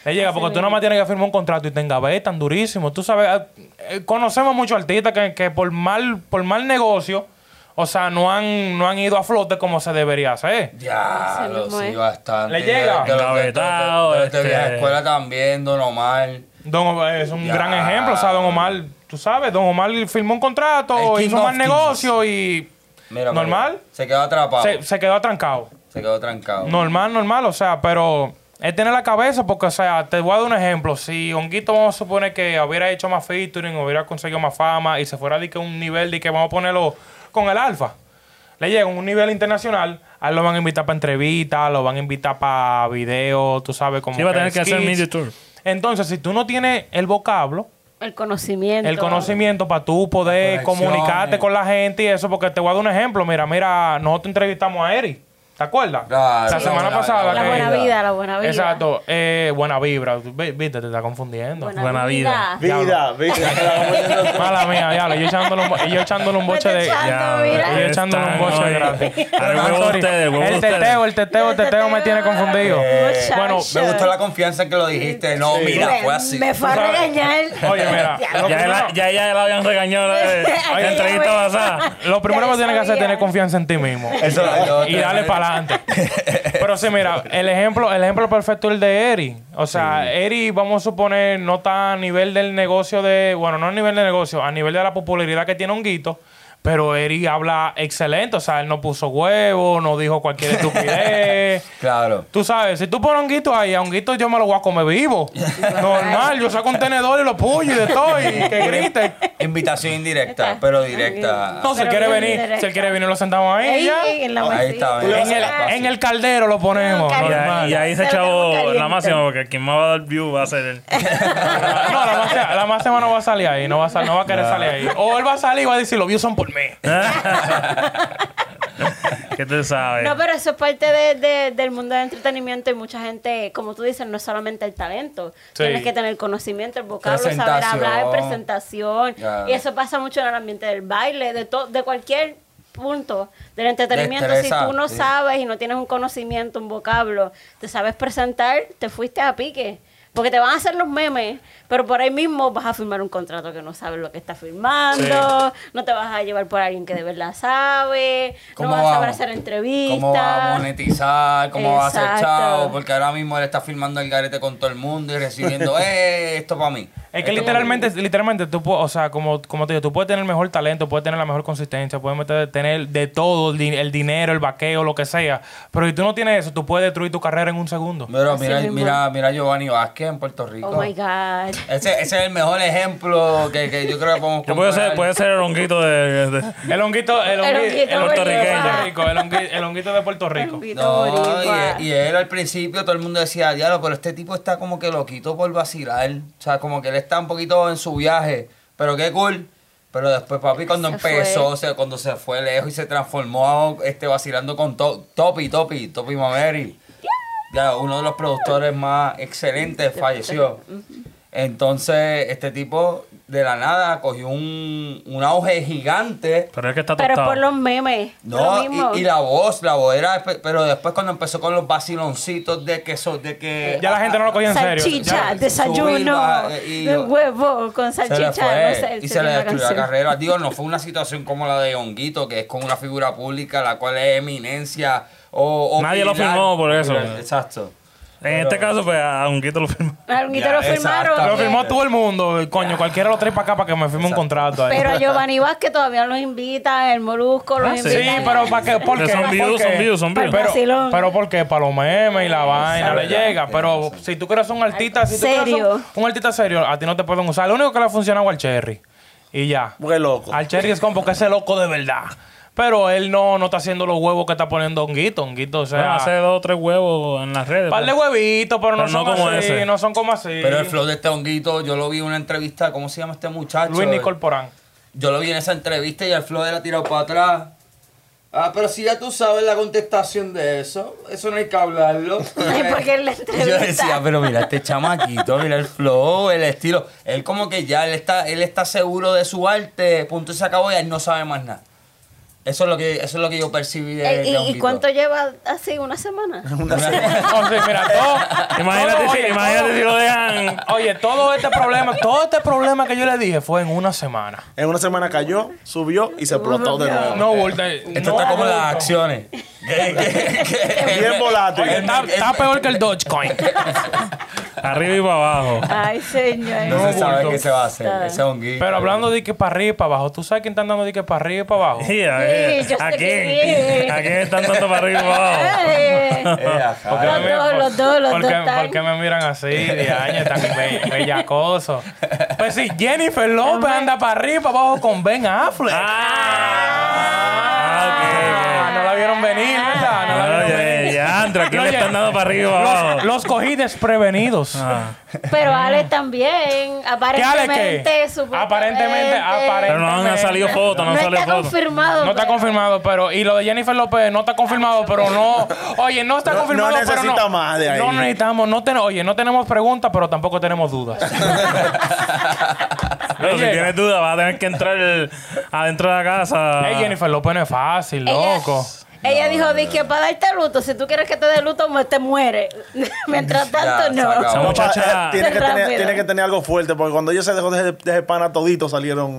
Speaker 1: Te llega porque tú nada más tienes que firmar un contrato y te engabes tan durísimo. Tú sabes, ah, eh, conocemos muchos artistas que, que por mal por mal negocio, o sea, no han, no han ido a flote como se debería hacer.
Speaker 4: Ya,
Speaker 2: Ese
Speaker 4: lo
Speaker 2: mismo
Speaker 4: sí,
Speaker 2: es.
Speaker 4: bastante.
Speaker 1: Le llega.
Speaker 4: De, de, de, de,
Speaker 3: Engavetado,
Speaker 4: de- de- de vieja
Speaker 3: este-
Speaker 4: escuela también, Don Omar.
Speaker 1: Don Omar eh, es un
Speaker 4: Ya.
Speaker 1: gran ejemplo, o sea, Don Omar, tú sabes, Don Omar firmó un contrato,
Speaker 4: El King
Speaker 1: hizo
Speaker 4: of
Speaker 1: mal
Speaker 4: Kings.
Speaker 1: negocio y
Speaker 4: Mira,
Speaker 1: normal,
Speaker 4: mira, Se quedó atrapado.
Speaker 1: se,
Speaker 4: Se,
Speaker 1: se quedó atrancado.
Speaker 4: quedó trancado.
Speaker 1: Normal, normal, o sea, pero es tener la cabeza porque, o sea, te voy a dar un ejemplo. Si Honguito, vamos a suponer que hubiera hecho más featuring, hubiera conseguido más fama y se fuera de que un nivel de que vamos a ponerlo con el alfa. Le llega a un nivel internacional, a él lo van a invitar para entrevistas, lo van a invitar para videos, tú sabes cómo.
Speaker 3: Sí, va a tener que hacer media
Speaker 1: skits.
Speaker 3: tour.
Speaker 1: Entonces, si tú no tienes el vocablo,
Speaker 2: El conocimiento.
Speaker 1: el conocimiento para tú poder
Speaker 4: Conexiones.
Speaker 1: comunicarte con la gente y eso, porque te voy a dar un ejemplo. Mira, mira, nosotros entrevistamos a Eri, ¿te acuerdas?
Speaker 4: Claro,
Speaker 1: la
Speaker 4: sí.
Speaker 1: semana
Speaker 4: la-
Speaker 1: pasada.
Speaker 2: La
Speaker 1: que-
Speaker 2: buena vida, la buena vida.
Speaker 1: Exacto, eh, buena vibra. V- Viste, te está confundiendo.
Speaker 2: Buena,
Speaker 3: Buena
Speaker 2: vida.
Speaker 3: vida.
Speaker 5: Vida, vida.
Speaker 1: Mala mía, diablo. Yo echándole un, bo- yo echándole un boche de.
Speaker 2: Está echando, mira.
Speaker 1: Y yo echándole un boche de gratis.
Speaker 3: Al huevo
Speaker 1: Sorry.
Speaker 3: ustedes, huevo
Speaker 1: El
Speaker 3: ustedes. Eh,
Speaker 1: teteo, el teteo, el teteo me tiene confundido.
Speaker 2: Muchacho.
Speaker 1: Bueno,
Speaker 4: Me gustó la confianza en que lo dijiste. No, mira,
Speaker 2: Me-
Speaker 4: fue así.
Speaker 2: Me fue a
Speaker 1: Tú sabes.
Speaker 2: regañar.
Speaker 1: Oye, mira,
Speaker 2: Ya.
Speaker 1: lo
Speaker 3: Ya
Speaker 1: primero-
Speaker 3: él- ya ella la habían regañado la, la
Speaker 2: Oye.
Speaker 3: entrevista pasada.
Speaker 1: Lo primero
Speaker 2: Ya
Speaker 1: que tienes que hacer es
Speaker 2: sabía.
Speaker 1: tener confianza en ti mismo.
Speaker 4: Eso yo
Speaker 1: y
Speaker 4: te-
Speaker 1: dale para adelante. Pero sí, mira, el ejemplo, el ejemplo perfecto es el de Eri. O sea, Eri, vamos a suponer, no está a nivel del negocio de. Bueno, no a nivel de negocio, a nivel de la popularidad que tiene Honguito. Pero Eri habla excelente, o sea, él no puso huevo, no dijo cualquier estupidez.
Speaker 4: Claro.
Speaker 1: Tú sabes, si tú pones honguitos ahí, a honguitos yo me lo voy a comer vivo. Normal, yo saco un tenedor y lo puyo y de todo y que grite.
Speaker 4: Invitación indirecta,
Speaker 2: Está.
Speaker 4: pero directa.
Speaker 1: No, si él quiere
Speaker 2: Pero bien
Speaker 1: venir,
Speaker 2: directa.
Speaker 1: si él quiere venir, lo sentamos ahí
Speaker 2: Ey,
Speaker 1: y ya.
Speaker 2: ey, en la
Speaker 4: Ahí
Speaker 2: mesita.
Speaker 4: está,
Speaker 2: Ah,
Speaker 1: En el, en el caldero lo ponemos.
Speaker 2: Ah,
Speaker 3: Y
Speaker 1: normal.
Speaker 3: ahí, y ahí se
Speaker 2: Pero tengo
Speaker 3: echó
Speaker 2: caliente.
Speaker 3: la máxima porque quien más va a dar view va a ser él.
Speaker 1: No, la más, la más semana va a salir ahí, no va a, sal- no va a querer salir ahí. O él va a salir y va a decir, los views son por mí.
Speaker 3: ¿Qué tú sabes?
Speaker 2: No, pero eso es parte de- de- del mundo del entretenimiento y mucha gente, como tú dices, no es solamente el talento.
Speaker 1: Sí.
Speaker 2: Tienes que tener conocimiento, el vocablo, saber
Speaker 4: Presentación.
Speaker 2: hablar, presentación.
Speaker 4: Claro.
Speaker 2: Y eso pasa mucho en el ambiente del baile, de, to- de cualquier punto del entretenimiento.
Speaker 4: Destreza,
Speaker 2: si tú no
Speaker 4: sí.
Speaker 2: sabes y no tienes un conocimiento, un vocablo, te sabes presentar, te fuiste a pique. Porque te van a hacer los memes, pero por ahí mismo vas a firmar un contrato que no sabes lo que estás firmando, no te vas a llevar por alguien que de verdad sabe, no vas a saber hacer entrevistas.
Speaker 4: ¿Cómo va a monetizar? ¿Cómo va a hacer
Speaker 2: Exacto.
Speaker 4: chao? Porque ahora mismo él está filmando el garete con todo el mundo y recibiendo, ¡eh! Esto para mí.
Speaker 1: Es que literalmente, literalmente, tú pu- o sea, como, como te digo, tú puedes tener el mejor talento, puedes tener la mejor consistencia, puedes meter- tener de todo, el, di- el dinero, el vaqueo, lo que sea. Pero si tú no tienes eso, tú puedes destruir tu carrera en un segundo.
Speaker 4: Pero
Speaker 2: Así
Speaker 4: mira,
Speaker 2: mismo.
Speaker 4: mira, mira a Giovanni Vázquez en Puerto Rico.
Speaker 2: Oh my God.
Speaker 4: Ese, ese es el mejor ejemplo que, que yo creo que podemos
Speaker 3: Que puede ser,
Speaker 4: comparar.
Speaker 3: puede ser el honguito de, de-
Speaker 1: El honguito, el honguito, el
Speaker 2: honguito
Speaker 1: honguito de
Speaker 3: boricua.
Speaker 1: Puerto Rico, el hongui- el honguito de Puerto Rico.
Speaker 2: Honguito
Speaker 4: No,
Speaker 2: boricua.
Speaker 4: y, y él al principio todo el mundo decía, diablo, pero este tipo está como que loquito por vacilar. O sea, como que él está un poquito en su viaje. Pero qué cool. Pero después, papi, cuando
Speaker 2: Se
Speaker 4: empezó,
Speaker 2: fue.
Speaker 4: o sea, cuando se fue lejos y se transformó este, vacilando con To- Topi, Topi, Topi Mameri. Ya, uno de los productores más excelentes falleció. Entonces, este tipo de la nada cogió un, un auge gigante.
Speaker 3: Pero es que está
Speaker 2: Pero es
Speaker 3: tostado.
Speaker 2: por los memes. lo mismo.
Speaker 4: No, y, y la voz, la voz era. espe- Pero después, cuando empezó con los vaciloncitos de que. so- de que
Speaker 1: Eh, Ya la gente no lo cogió en serio.
Speaker 2: salchicha,
Speaker 1: Ya-
Speaker 2: desayuno,
Speaker 4: Subirla, eh, y-
Speaker 2: de huevo con
Speaker 4: se le
Speaker 2: salchicha,
Speaker 4: fue,
Speaker 2: no sé.
Speaker 4: y se
Speaker 2: sería
Speaker 4: le
Speaker 2: una
Speaker 4: destruyó la
Speaker 2: canción.
Speaker 4: carrera. Digo, no fue una situación como la de Honguito, que es con una figura pública, la cual es eminencia. O, o
Speaker 3: Nadie lo
Speaker 4: pilar.
Speaker 3: firmó por eso.
Speaker 4: Exacto.
Speaker 3: En este caso, pues a honguito lo firmó.
Speaker 2: Al honguito
Speaker 4: Ya,
Speaker 2: lo firmaron.
Speaker 4: exacto.
Speaker 1: Lo firmó todo el mundo, coño, cualquiera lo trae para acá para que me firme un contrato ahí.
Speaker 2: Pero a Giovanni Vázquez todavía los invita, el Molusco los
Speaker 3: Ah, sí.
Speaker 2: invita.
Speaker 1: Sí, pero ¿para qué? ¿Por
Speaker 3: Pero
Speaker 1: qué?
Speaker 3: son
Speaker 1: ¿Por
Speaker 3: views,
Speaker 1: qué?
Speaker 3: son views, son views.
Speaker 1: Pero,
Speaker 2: Vacilón.
Speaker 1: pero ¿por qué? Para los memes y la vaina le
Speaker 4: verdad,
Speaker 1: llega.
Speaker 4: sí,
Speaker 1: Pero si tú quieres un artista... Si tú quieres
Speaker 2: Serio.
Speaker 1: un- un artista serio, a ti no te pueden usar. Lo único que le ha funcionado al Cherry. Y ya.
Speaker 5: Porque loco.
Speaker 1: Al Cherry es como porque es el loco de verdad. Pero él no, no está haciendo los huevos que está poniendo Honguito. Honguito, o
Speaker 3: Bueno,
Speaker 1: sea...
Speaker 3: hace dos o tres huevos en las redes. pues.
Speaker 1: par de
Speaker 3: pero-
Speaker 1: huevitos, pero no,
Speaker 3: Pero no
Speaker 1: son
Speaker 3: como
Speaker 1: así,
Speaker 3: ese.
Speaker 1: no son como así.
Speaker 4: Pero el flow de este honguito, yo lo vi en una entrevista, ¿cómo se llama este muchacho?
Speaker 1: Luis Nicol Porán.
Speaker 4: Yo lo vi en esa entrevista y el flow era tirado para atrás. Ah, pero si ya tú sabes la contestación de eso, eso no hay que hablarlo.
Speaker 2: Ay, porque en la
Speaker 4: Yo
Speaker 2: entrevista.
Speaker 4: decía, pero mira este chamaquito, mira el flow, el estilo. Él como que ya, él está, él está seguro de su arte, punto y se acabó, y él no sabe más nada. Eso es lo que, eso es lo que yo percibí de,
Speaker 2: Eh,
Speaker 4: de
Speaker 2: ¿Y, y
Speaker 4: Honguito.
Speaker 2: cuánto lleva así? ¿Una semana?
Speaker 1: No, sí, mira, todo-
Speaker 3: Imagínate,
Speaker 1: todo-
Speaker 3: si,
Speaker 1: oye,
Speaker 3: imagínate si lo dejan.
Speaker 1: todo- Oye, todo este problema, todo este problema que yo le dije fue en una semana.
Speaker 5: En una semana cayó, subió y se explotó de nuevo.
Speaker 1: No, Volta.
Speaker 4: Esto está como las acciones. Que- que- que-
Speaker 5: Bien volátil.
Speaker 1: Está, está peor que el Dogecoin.
Speaker 3: Arriba y para abajo.
Speaker 2: Ay, señor.
Speaker 4: No se sabe qué se va a hacer.
Speaker 2: Está.
Speaker 4: Ese honguito.
Speaker 1: Pero hablando de que para arriba y para abajo, ¿tú sabes quién está andando de que para arriba y para abajo?
Speaker 3: Sí, a,
Speaker 2: yo sé
Speaker 3: ver, ¿a
Speaker 2: que sí.
Speaker 3: quién? ¿A quién están tanto para arriba y para abajo?
Speaker 2: Eh,
Speaker 4: Eh, ajá.
Speaker 1: Porque
Speaker 2: Los
Speaker 1: me-
Speaker 2: dos,
Speaker 1: por-
Speaker 2: los dos, los
Speaker 1: porque-
Speaker 2: dos están-
Speaker 1: porque me miran así, de años, tan be- bellacoso? Pues si Jennifer López anda para arriba y para abajo con Ben Affleck. Ah,
Speaker 3: Ah,
Speaker 1: no la vieron venir, ¿verdad?
Speaker 2: Ah,
Speaker 1: No la vieron venir.
Speaker 3: Oye, ya, Andra, ¿a quién le
Speaker 1: Oye,
Speaker 3: están dando para arriba y para
Speaker 1: Los,
Speaker 3: abajo?
Speaker 1: los cogí desprevenidos.
Speaker 3: Ah.
Speaker 2: Pero Ale también,
Speaker 1: ¿Qué Ale
Speaker 2: aparentemente,
Speaker 1: qué?
Speaker 2: supuestamente.
Speaker 1: Aparentemente, aparentemente.
Speaker 3: Pero no han salido fotos, no,
Speaker 2: No,
Speaker 3: han salido
Speaker 2: está
Speaker 3: fotos.
Speaker 2: confirmado.
Speaker 1: No está
Speaker 2: pero-
Speaker 1: confirmado, pero. Y lo de Jennifer López no está confirmado, pero no. Oye, no está
Speaker 5: No- no
Speaker 1: confirmado, pero
Speaker 5: necesita
Speaker 1: no.
Speaker 5: más de ahí.
Speaker 1: No necesitamos, no ten- oye, no tenemos preguntas, pero tampoco tenemos dudas.
Speaker 3: Pero si
Speaker 1: Oye.
Speaker 3: tienes duda, vas a tener que entrar adentro de la casa.
Speaker 1: Ey, Jennifer López no es fácil,
Speaker 2: Ella-
Speaker 1: loco.
Speaker 2: Ella dijo, dije, para darte luto, si tú quieres que te dé luto, mu- te muere. Mientras tanto,
Speaker 4: Ya, se
Speaker 2: no.
Speaker 4: acabó.
Speaker 3: Esa
Speaker 4: No,
Speaker 5: Pa-
Speaker 3: muchacha.
Speaker 5: eh, tiene, que tener,
Speaker 2: Rápido.
Speaker 5: tiene que tener algo fuerte, porque cuando ellos se dejó de, de ese pana toditos salieron.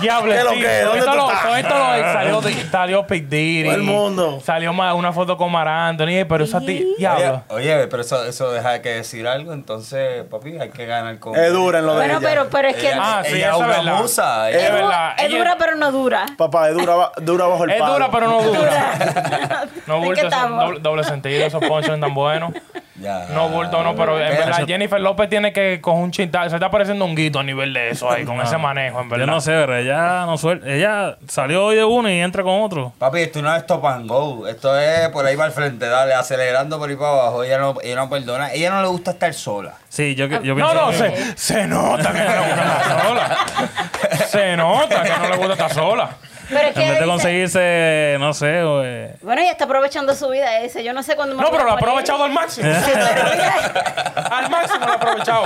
Speaker 1: Diablo,
Speaker 5: ¿Qué lo
Speaker 1: sí.
Speaker 5: que? ¿Dónde
Speaker 1: Todo
Speaker 5: tú
Speaker 1: lo-
Speaker 5: estás?
Speaker 1: todo esto lo- salió, de- salió Pic Diddy.
Speaker 5: Todo el mundo.
Speaker 1: Salió ma- una foto con Mar Anthony, eh, pero esa ti,
Speaker 4: Oye,
Speaker 1: diablo.
Speaker 4: oye, pero eso, eso deja de que decir algo, entonces, papi, hay que ganar con.
Speaker 5: Es dura en lo de
Speaker 2: Bueno,
Speaker 5: ella.
Speaker 2: pero, pero es que
Speaker 1: Ah,
Speaker 4: Ella,
Speaker 1: sí,
Speaker 4: ella es
Speaker 1: eso es
Speaker 4: una
Speaker 1: verdad.
Speaker 4: musa.
Speaker 1: Es
Speaker 2: es,
Speaker 4: ella-
Speaker 2: du-
Speaker 1: verdad,
Speaker 2: es
Speaker 1: ella-
Speaker 2: dura, pero no dura.
Speaker 5: Papá, es dura, ba- dura bajo el
Speaker 1: Es
Speaker 5: palo.
Speaker 1: dura, pero no dura. No
Speaker 2: ¿De
Speaker 1: bulto,
Speaker 2: qué
Speaker 1: esos
Speaker 2: estamos?
Speaker 1: doble, doble sentido, esos ponchos tan buenos.
Speaker 4: Ya.
Speaker 1: No bulto, no, pero en
Speaker 4: Pero
Speaker 1: verdad
Speaker 4: Eh, eso-
Speaker 1: Jennifer López tiene que coger un chintal. Se está pareciendo un guito a nivel de eso ahí, con ese
Speaker 4: Ah.
Speaker 1: manejo, en
Speaker 3: Yo
Speaker 1: verdad.
Speaker 3: no sé, pero ella no suelta. Ella salió hoy de uno y entra con otro.
Speaker 4: Papi, esto no es stop and go. Esto es por ahí para el frente, dale, acelerando por ahí para abajo. Ella no, ella no perdona. Ella no le gusta estar sola.
Speaker 3: Sí, yo, yo
Speaker 1: No,
Speaker 3: pienso.
Speaker 1: Ah, no,
Speaker 3: que-
Speaker 1: se, se nota que no le gusta estar sola. Se nota que no le gusta estar sola.
Speaker 2: Pero es que
Speaker 3: En vez
Speaker 2: dice-
Speaker 3: de conseguirse, no sé, o, eh,
Speaker 2: Bueno, ella está aprovechando su vida ese. Yo no sé cuándo me
Speaker 1: No,
Speaker 2: voy a
Speaker 1: pero lo ha
Speaker 2: morir.
Speaker 1: aprovechado al máximo. al máximo lo ha aprovechado.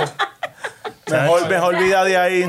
Speaker 5: Mejor, mejor vida de ahí.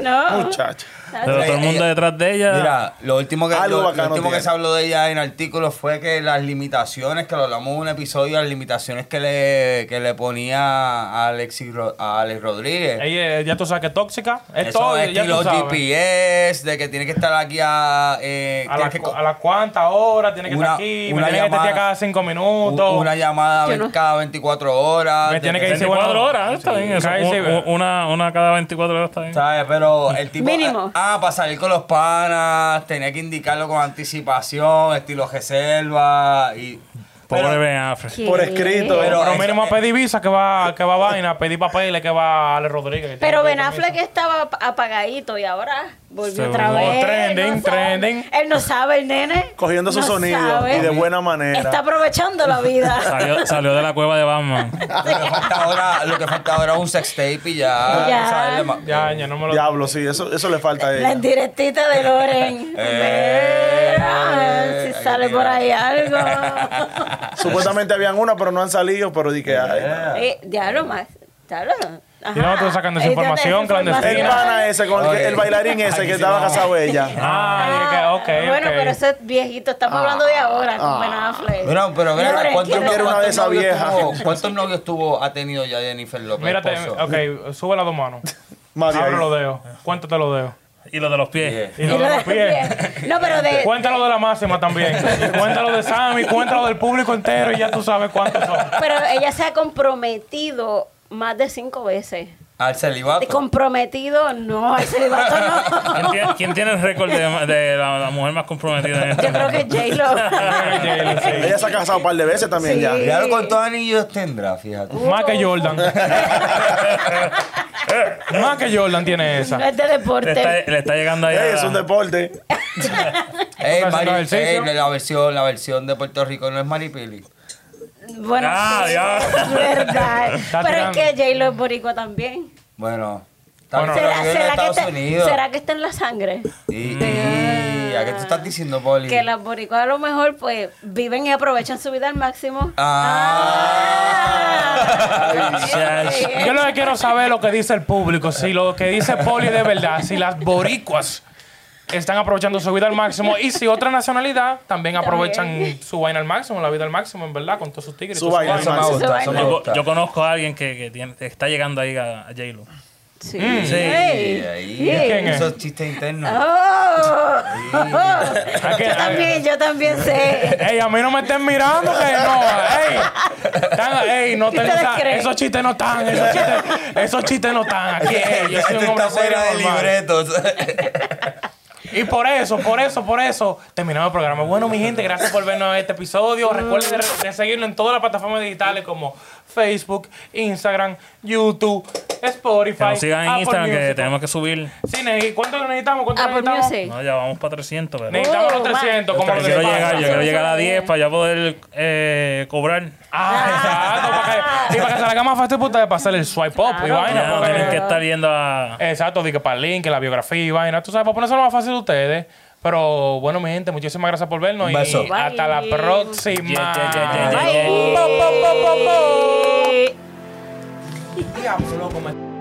Speaker 2: No.
Speaker 5: Muchacha.
Speaker 3: pero todo el mundo
Speaker 4: Ella-
Speaker 3: detrás de
Speaker 1: Ah.
Speaker 3: ella.
Speaker 4: Mira, lo último que,
Speaker 5: Algo
Speaker 4: lo- lo
Speaker 5: bacano
Speaker 4: último que
Speaker 5: tiene.
Speaker 4: se habló de ella en artículos fue que las limitaciones, que lo hablamos en un episodio, las limitaciones que le, que le ponía a, Alexis Ro- a Alex Rodríguez.
Speaker 1: Ella, ya tú sabes que es tóxica. Es
Speaker 4: Eso
Speaker 1: todo,
Speaker 4: es
Speaker 1: ya tú
Speaker 4: estilo
Speaker 1: sabes.
Speaker 4: GPS, de que tiene que estar aquí a... eh,
Speaker 1: A
Speaker 4: tiene
Speaker 1: las
Speaker 4: que co-
Speaker 1: a la cuántas horas, tiene que
Speaker 4: Una-
Speaker 1: estar aquí, me
Speaker 4: una
Speaker 1: tiene que testear
Speaker 4: llamada.
Speaker 1: cada cinco
Speaker 4: u-
Speaker 1: minutos.
Speaker 4: una llamada
Speaker 2: Yo no-
Speaker 4: cada 24 horas.
Speaker 1: Me
Speaker 4: de
Speaker 1: tiene que decir,
Speaker 3: 24
Speaker 1: bueno,
Speaker 3: horas, ¿eh? está
Speaker 1: sí,
Speaker 3: bien. Eso,
Speaker 1: cae, sí,
Speaker 3: un- un- una, una cada 24 horas está bien.
Speaker 4: ¿Sabes? Pero el tipo.
Speaker 2: Mínimo.
Speaker 4: eh, Ah, para salir con los panas, tenía que indicarlo con anticipación, estilo reserva y.
Speaker 3: Pobre
Speaker 4: pero-
Speaker 3: Ben Affleck.
Speaker 2: ¿Qué?
Speaker 5: Por escrito.
Speaker 4: Pero-
Speaker 1: Pero
Speaker 4: eso-
Speaker 1: mínimo a pedir visa que va, que va vaina, a pedir papeles que va Ale Rodríguez. que
Speaker 2: Pero
Speaker 1: tiene
Speaker 2: Ben
Speaker 1: que pedir
Speaker 2: Affleck estaba ap- apagadito y ahora volvió
Speaker 3: Se
Speaker 2: otra
Speaker 3: volvió
Speaker 2: vez.
Speaker 1: trending,
Speaker 2: Él no sabe.
Speaker 1: trending.
Speaker 2: Él no sabe, el nene.
Speaker 5: Cogiendo su
Speaker 2: No
Speaker 5: sonido
Speaker 2: sabe.
Speaker 5: y de buena manera.
Speaker 2: Está aprovechando la vida.
Speaker 3: Salió, salió de la cueva de Batman.
Speaker 4: Lo que falta ahora, lo que falta ahora es un sextape y ya.
Speaker 2: Ya.
Speaker 4: ¿sabes? Le ma-
Speaker 1: visa. Ya, ya, no me lo.
Speaker 5: Diablo, sí, eso, eso le falta a
Speaker 2: la
Speaker 5: ella.
Speaker 2: indirectita de Loren.
Speaker 4: Eh,
Speaker 2: Mira,
Speaker 4: eh,
Speaker 2: si
Speaker 4: ahí
Speaker 2: sale
Speaker 4: mira.
Speaker 2: por ahí algo.
Speaker 5: Supuestamente habían una, pero no han salido, pero di que ay, no.
Speaker 2: Eh, diablo, más. Diablo.
Speaker 1: ¿Y dónde tú sacando esa información
Speaker 5: El
Speaker 1: clandestina? eh.
Speaker 5: pana ese, con el, que-
Speaker 4: Oye.
Speaker 5: el bailarín ese
Speaker 4: Aquí
Speaker 5: que
Speaker 4: sí
Speaker 5: estaba
Speaker 4: vamos.
Speaker 5: casado ella.
Speaker 1: Ah, ok, ok. Ah,
Speaker 2: Bueno, pero ese es viejito. Estamos hablando de ahora con Ben Affleck.
Speaker 4: Mira, pero mira,
Speaker 2: Loren,
Speaker 4: ¿cuántos,
Speaker 2: ¿quién
Speaker 5: quiero
Speaker 2: es?
Speaker 5: una de
Speaker 4: cuántos
Speaker 5: esas
Speaker 4: novios
Speaker 5: viejas.
Speaker 4: tuvo- cuántos novios tuvo, ha tenido ya Jennifer López?
Speaker 1: Mírate,
Speaker 4: esposo?
Speaker 1: ok, sube las dos manos.
Speaker 5: María.
Speaker 1: Abre los dedos. Cuánto te los dedos.
Speaker 3: y lo de los pies.
Speaker 4: Yeah.
Speaker 1: Y los de los pies.
Speaker 2: No, pero de,
Speaker 1: Cuéntalo de la máxima también. Y Cuéntalo de Sammy, cuéntalo del público entero y ya tú sabes cuántos son.
Speaker 2: Pero ella se ha comprometido más de cinco veces.
Speaker 4: Al
Speaker 2: De
Speaker 4: celibato.
Speaker 2: comprometido, no, el celibato
Speaker 3: ¿Quién,
Speaker 2: no.
Speaker 3: tiene, quién tiene el récord de, de la, la mujer más comprometida en este esto?
Speaker 2: Yo creo que es J-Lo.
Speaker 5: Ella se ha casado un par de veces también
Speaker 2: Sí.
Speaker 5: ya.
Speaker 4: Ya lo cuántos anillos tendrá, fíjate.
Speaker 1: Más que Jordan. Más que Jordan tiene
Speaker 2: No
Speaker 1: esa.
Speaker 2: es de
Speaker 3: le, está,
Speaker 2: deporte.
Speaker 3: le está llegando ahí.
Speaker 5: Ey,
Speaker 3: a-
Speaker 5: es un deporte.
Speaker 4: Ey,
Speaker 1: haciendo
Speaker 4: Mari-
Speaker 1: ejercicio?
Speaker 4: ey, la versión, la versión de Puerto Rico no es Maripili.
Speaker 2: Bueno,
Speaker 3: Ah,
Speaker 2: sí,
Speaker 3: ya.
Speaker 2: es verdad.
Speaker 1: Está
Speaker 2: Pero es
Speaker 1: tirando.
Speaker 2: que J-Lo es boricua también.
Speaker 4: Bueno, está
Speaker 1: Bueno.
Speaker 4: en
Speaker 2: ¿Será,
Speaker 4: de
Speaker 2: será que
Speaker 4: Estados
Speaker 2: está,
Speaker 4: Unidos.
Speaker 2: será que está en la sangre?
Speaker 4: Y, y- ¿A qué tú estás diciendo, Poli?
Speaker 2: Que las boricuas a lo mejor pues viven y aprovechan su vida al máximo.
Speaker 4: Ah.
Speaker 2: Ah.
Speaker 3: Ay,
Speaker 1: Yo lo que quiero saber es lo que dice el público, si lo que dice Poli es de verdad, si las boricuas están aprovechando su vida al máximo y si otra nacionalidad también aprovechan su vaina al máximo, la vida al máximo, en verdad, con todos sus tigres. y
Speaker 5: Su
Speaker 1: todas
Speaker 4: Eso
Speaker 1: sus
Speaker 5: vaina al
Speaker 1: vainas.
Speaker 4: me
Speaker 5: máximo.
Speaker 4: gusta, eso me
Speaker 3: Yo,
Speaker 4: gusta.
Speaker 3: yo conozco a alguien que, que tiene- que está llegando ahí a, a J-Lo.
Speaker 2: Sí.
Speaker 3: Sí.
Speaker 4: Y
Speaker 2: Ey.
Speaker 4: ahí,
Speaker 1: quién es?
Speaker 4: Esos chistes internos.
Speaker 2: Oh.
Speaker 1: qué?
Speaker 2: yo también, yo también sé.
Speaker 1: Ey, a mí no me estén mirando que no. Ey, Tan- ey, no te
Speaker 2: ¿Ustedes
Speaker 1: esa-
Speaker 2: creen?
Speaker 1: esos chistes no están, esos chistes, esos chistes no están aquí. ey, yo soy
Speaker 4: Esto
Speaker 1: un hombre
Speaker 4: está fuera de
Speaker 1: serio normal.
Speaker 4: libretos.
Speaker 1: Y por eso, por eso, por eso, terminamos el programa. Bueno, mi gente, gracias por vernos este episodio. Recuerden de, de seguirnos en todas las plataformas digitales como Facebook, Instagram, YouTube, Spotify.
Speaker 3: Que nos sigan en
Speaker 1: Apple
Speaker 3: Instagram que
Speaker 1: Ah, Music.
Speaker 3: tenemos que subir.
Speaker 1: Sí, ne- ¿cuánto necesitamos? ¿Cuánto
Speaker 2: Apple
Speaker 1: necesitamos?
Speaker 2: Music.
Speaker 3: No, ya vamos para 300, pero...
Speaker 2: Yo
Speaker 1: Necesitamos los
Speaker 2: Oh, wow.
Speaker 1: 300, como
Speaker 3: Yo
Speaker 1: lo que
Speaker 3: quiero
Speaker 1: pasa.
Speaker 3: llegar, yo quiero llegar a
Speaker 2: Eso está
Speaker 3: 10
Speaker 2: bien.
Speaker 3: para ya poder eh, cobrar.
Speaker 1: Ah, exacto. Para que, y para que se la más fácil puta de pasar el swipe up y
Speaker 2: Claro,
Speaker 1: vaina.
Speaker 3: Ya Ah, no
Speaker 1: porque-
Speaker 3: tienen que estar yendo a...
Speaker 1: Exacto, di que para el link, que la biografía y vaina. Tú sabes, para ponerse lo más fácil de ustedes. Pero bueno, mi gente, muchísimas gracias por vernos.
Speaker 4: Un beso.
Speaker 1: Y hasta la
Speaker 2: Bye.
Speaker 1: próxima.
Speaker 3: Yeah, yeah, yeah, yeah, yeah.
Speaker 1: Bye. Po, po, po, po, po. Diablo, loco, me-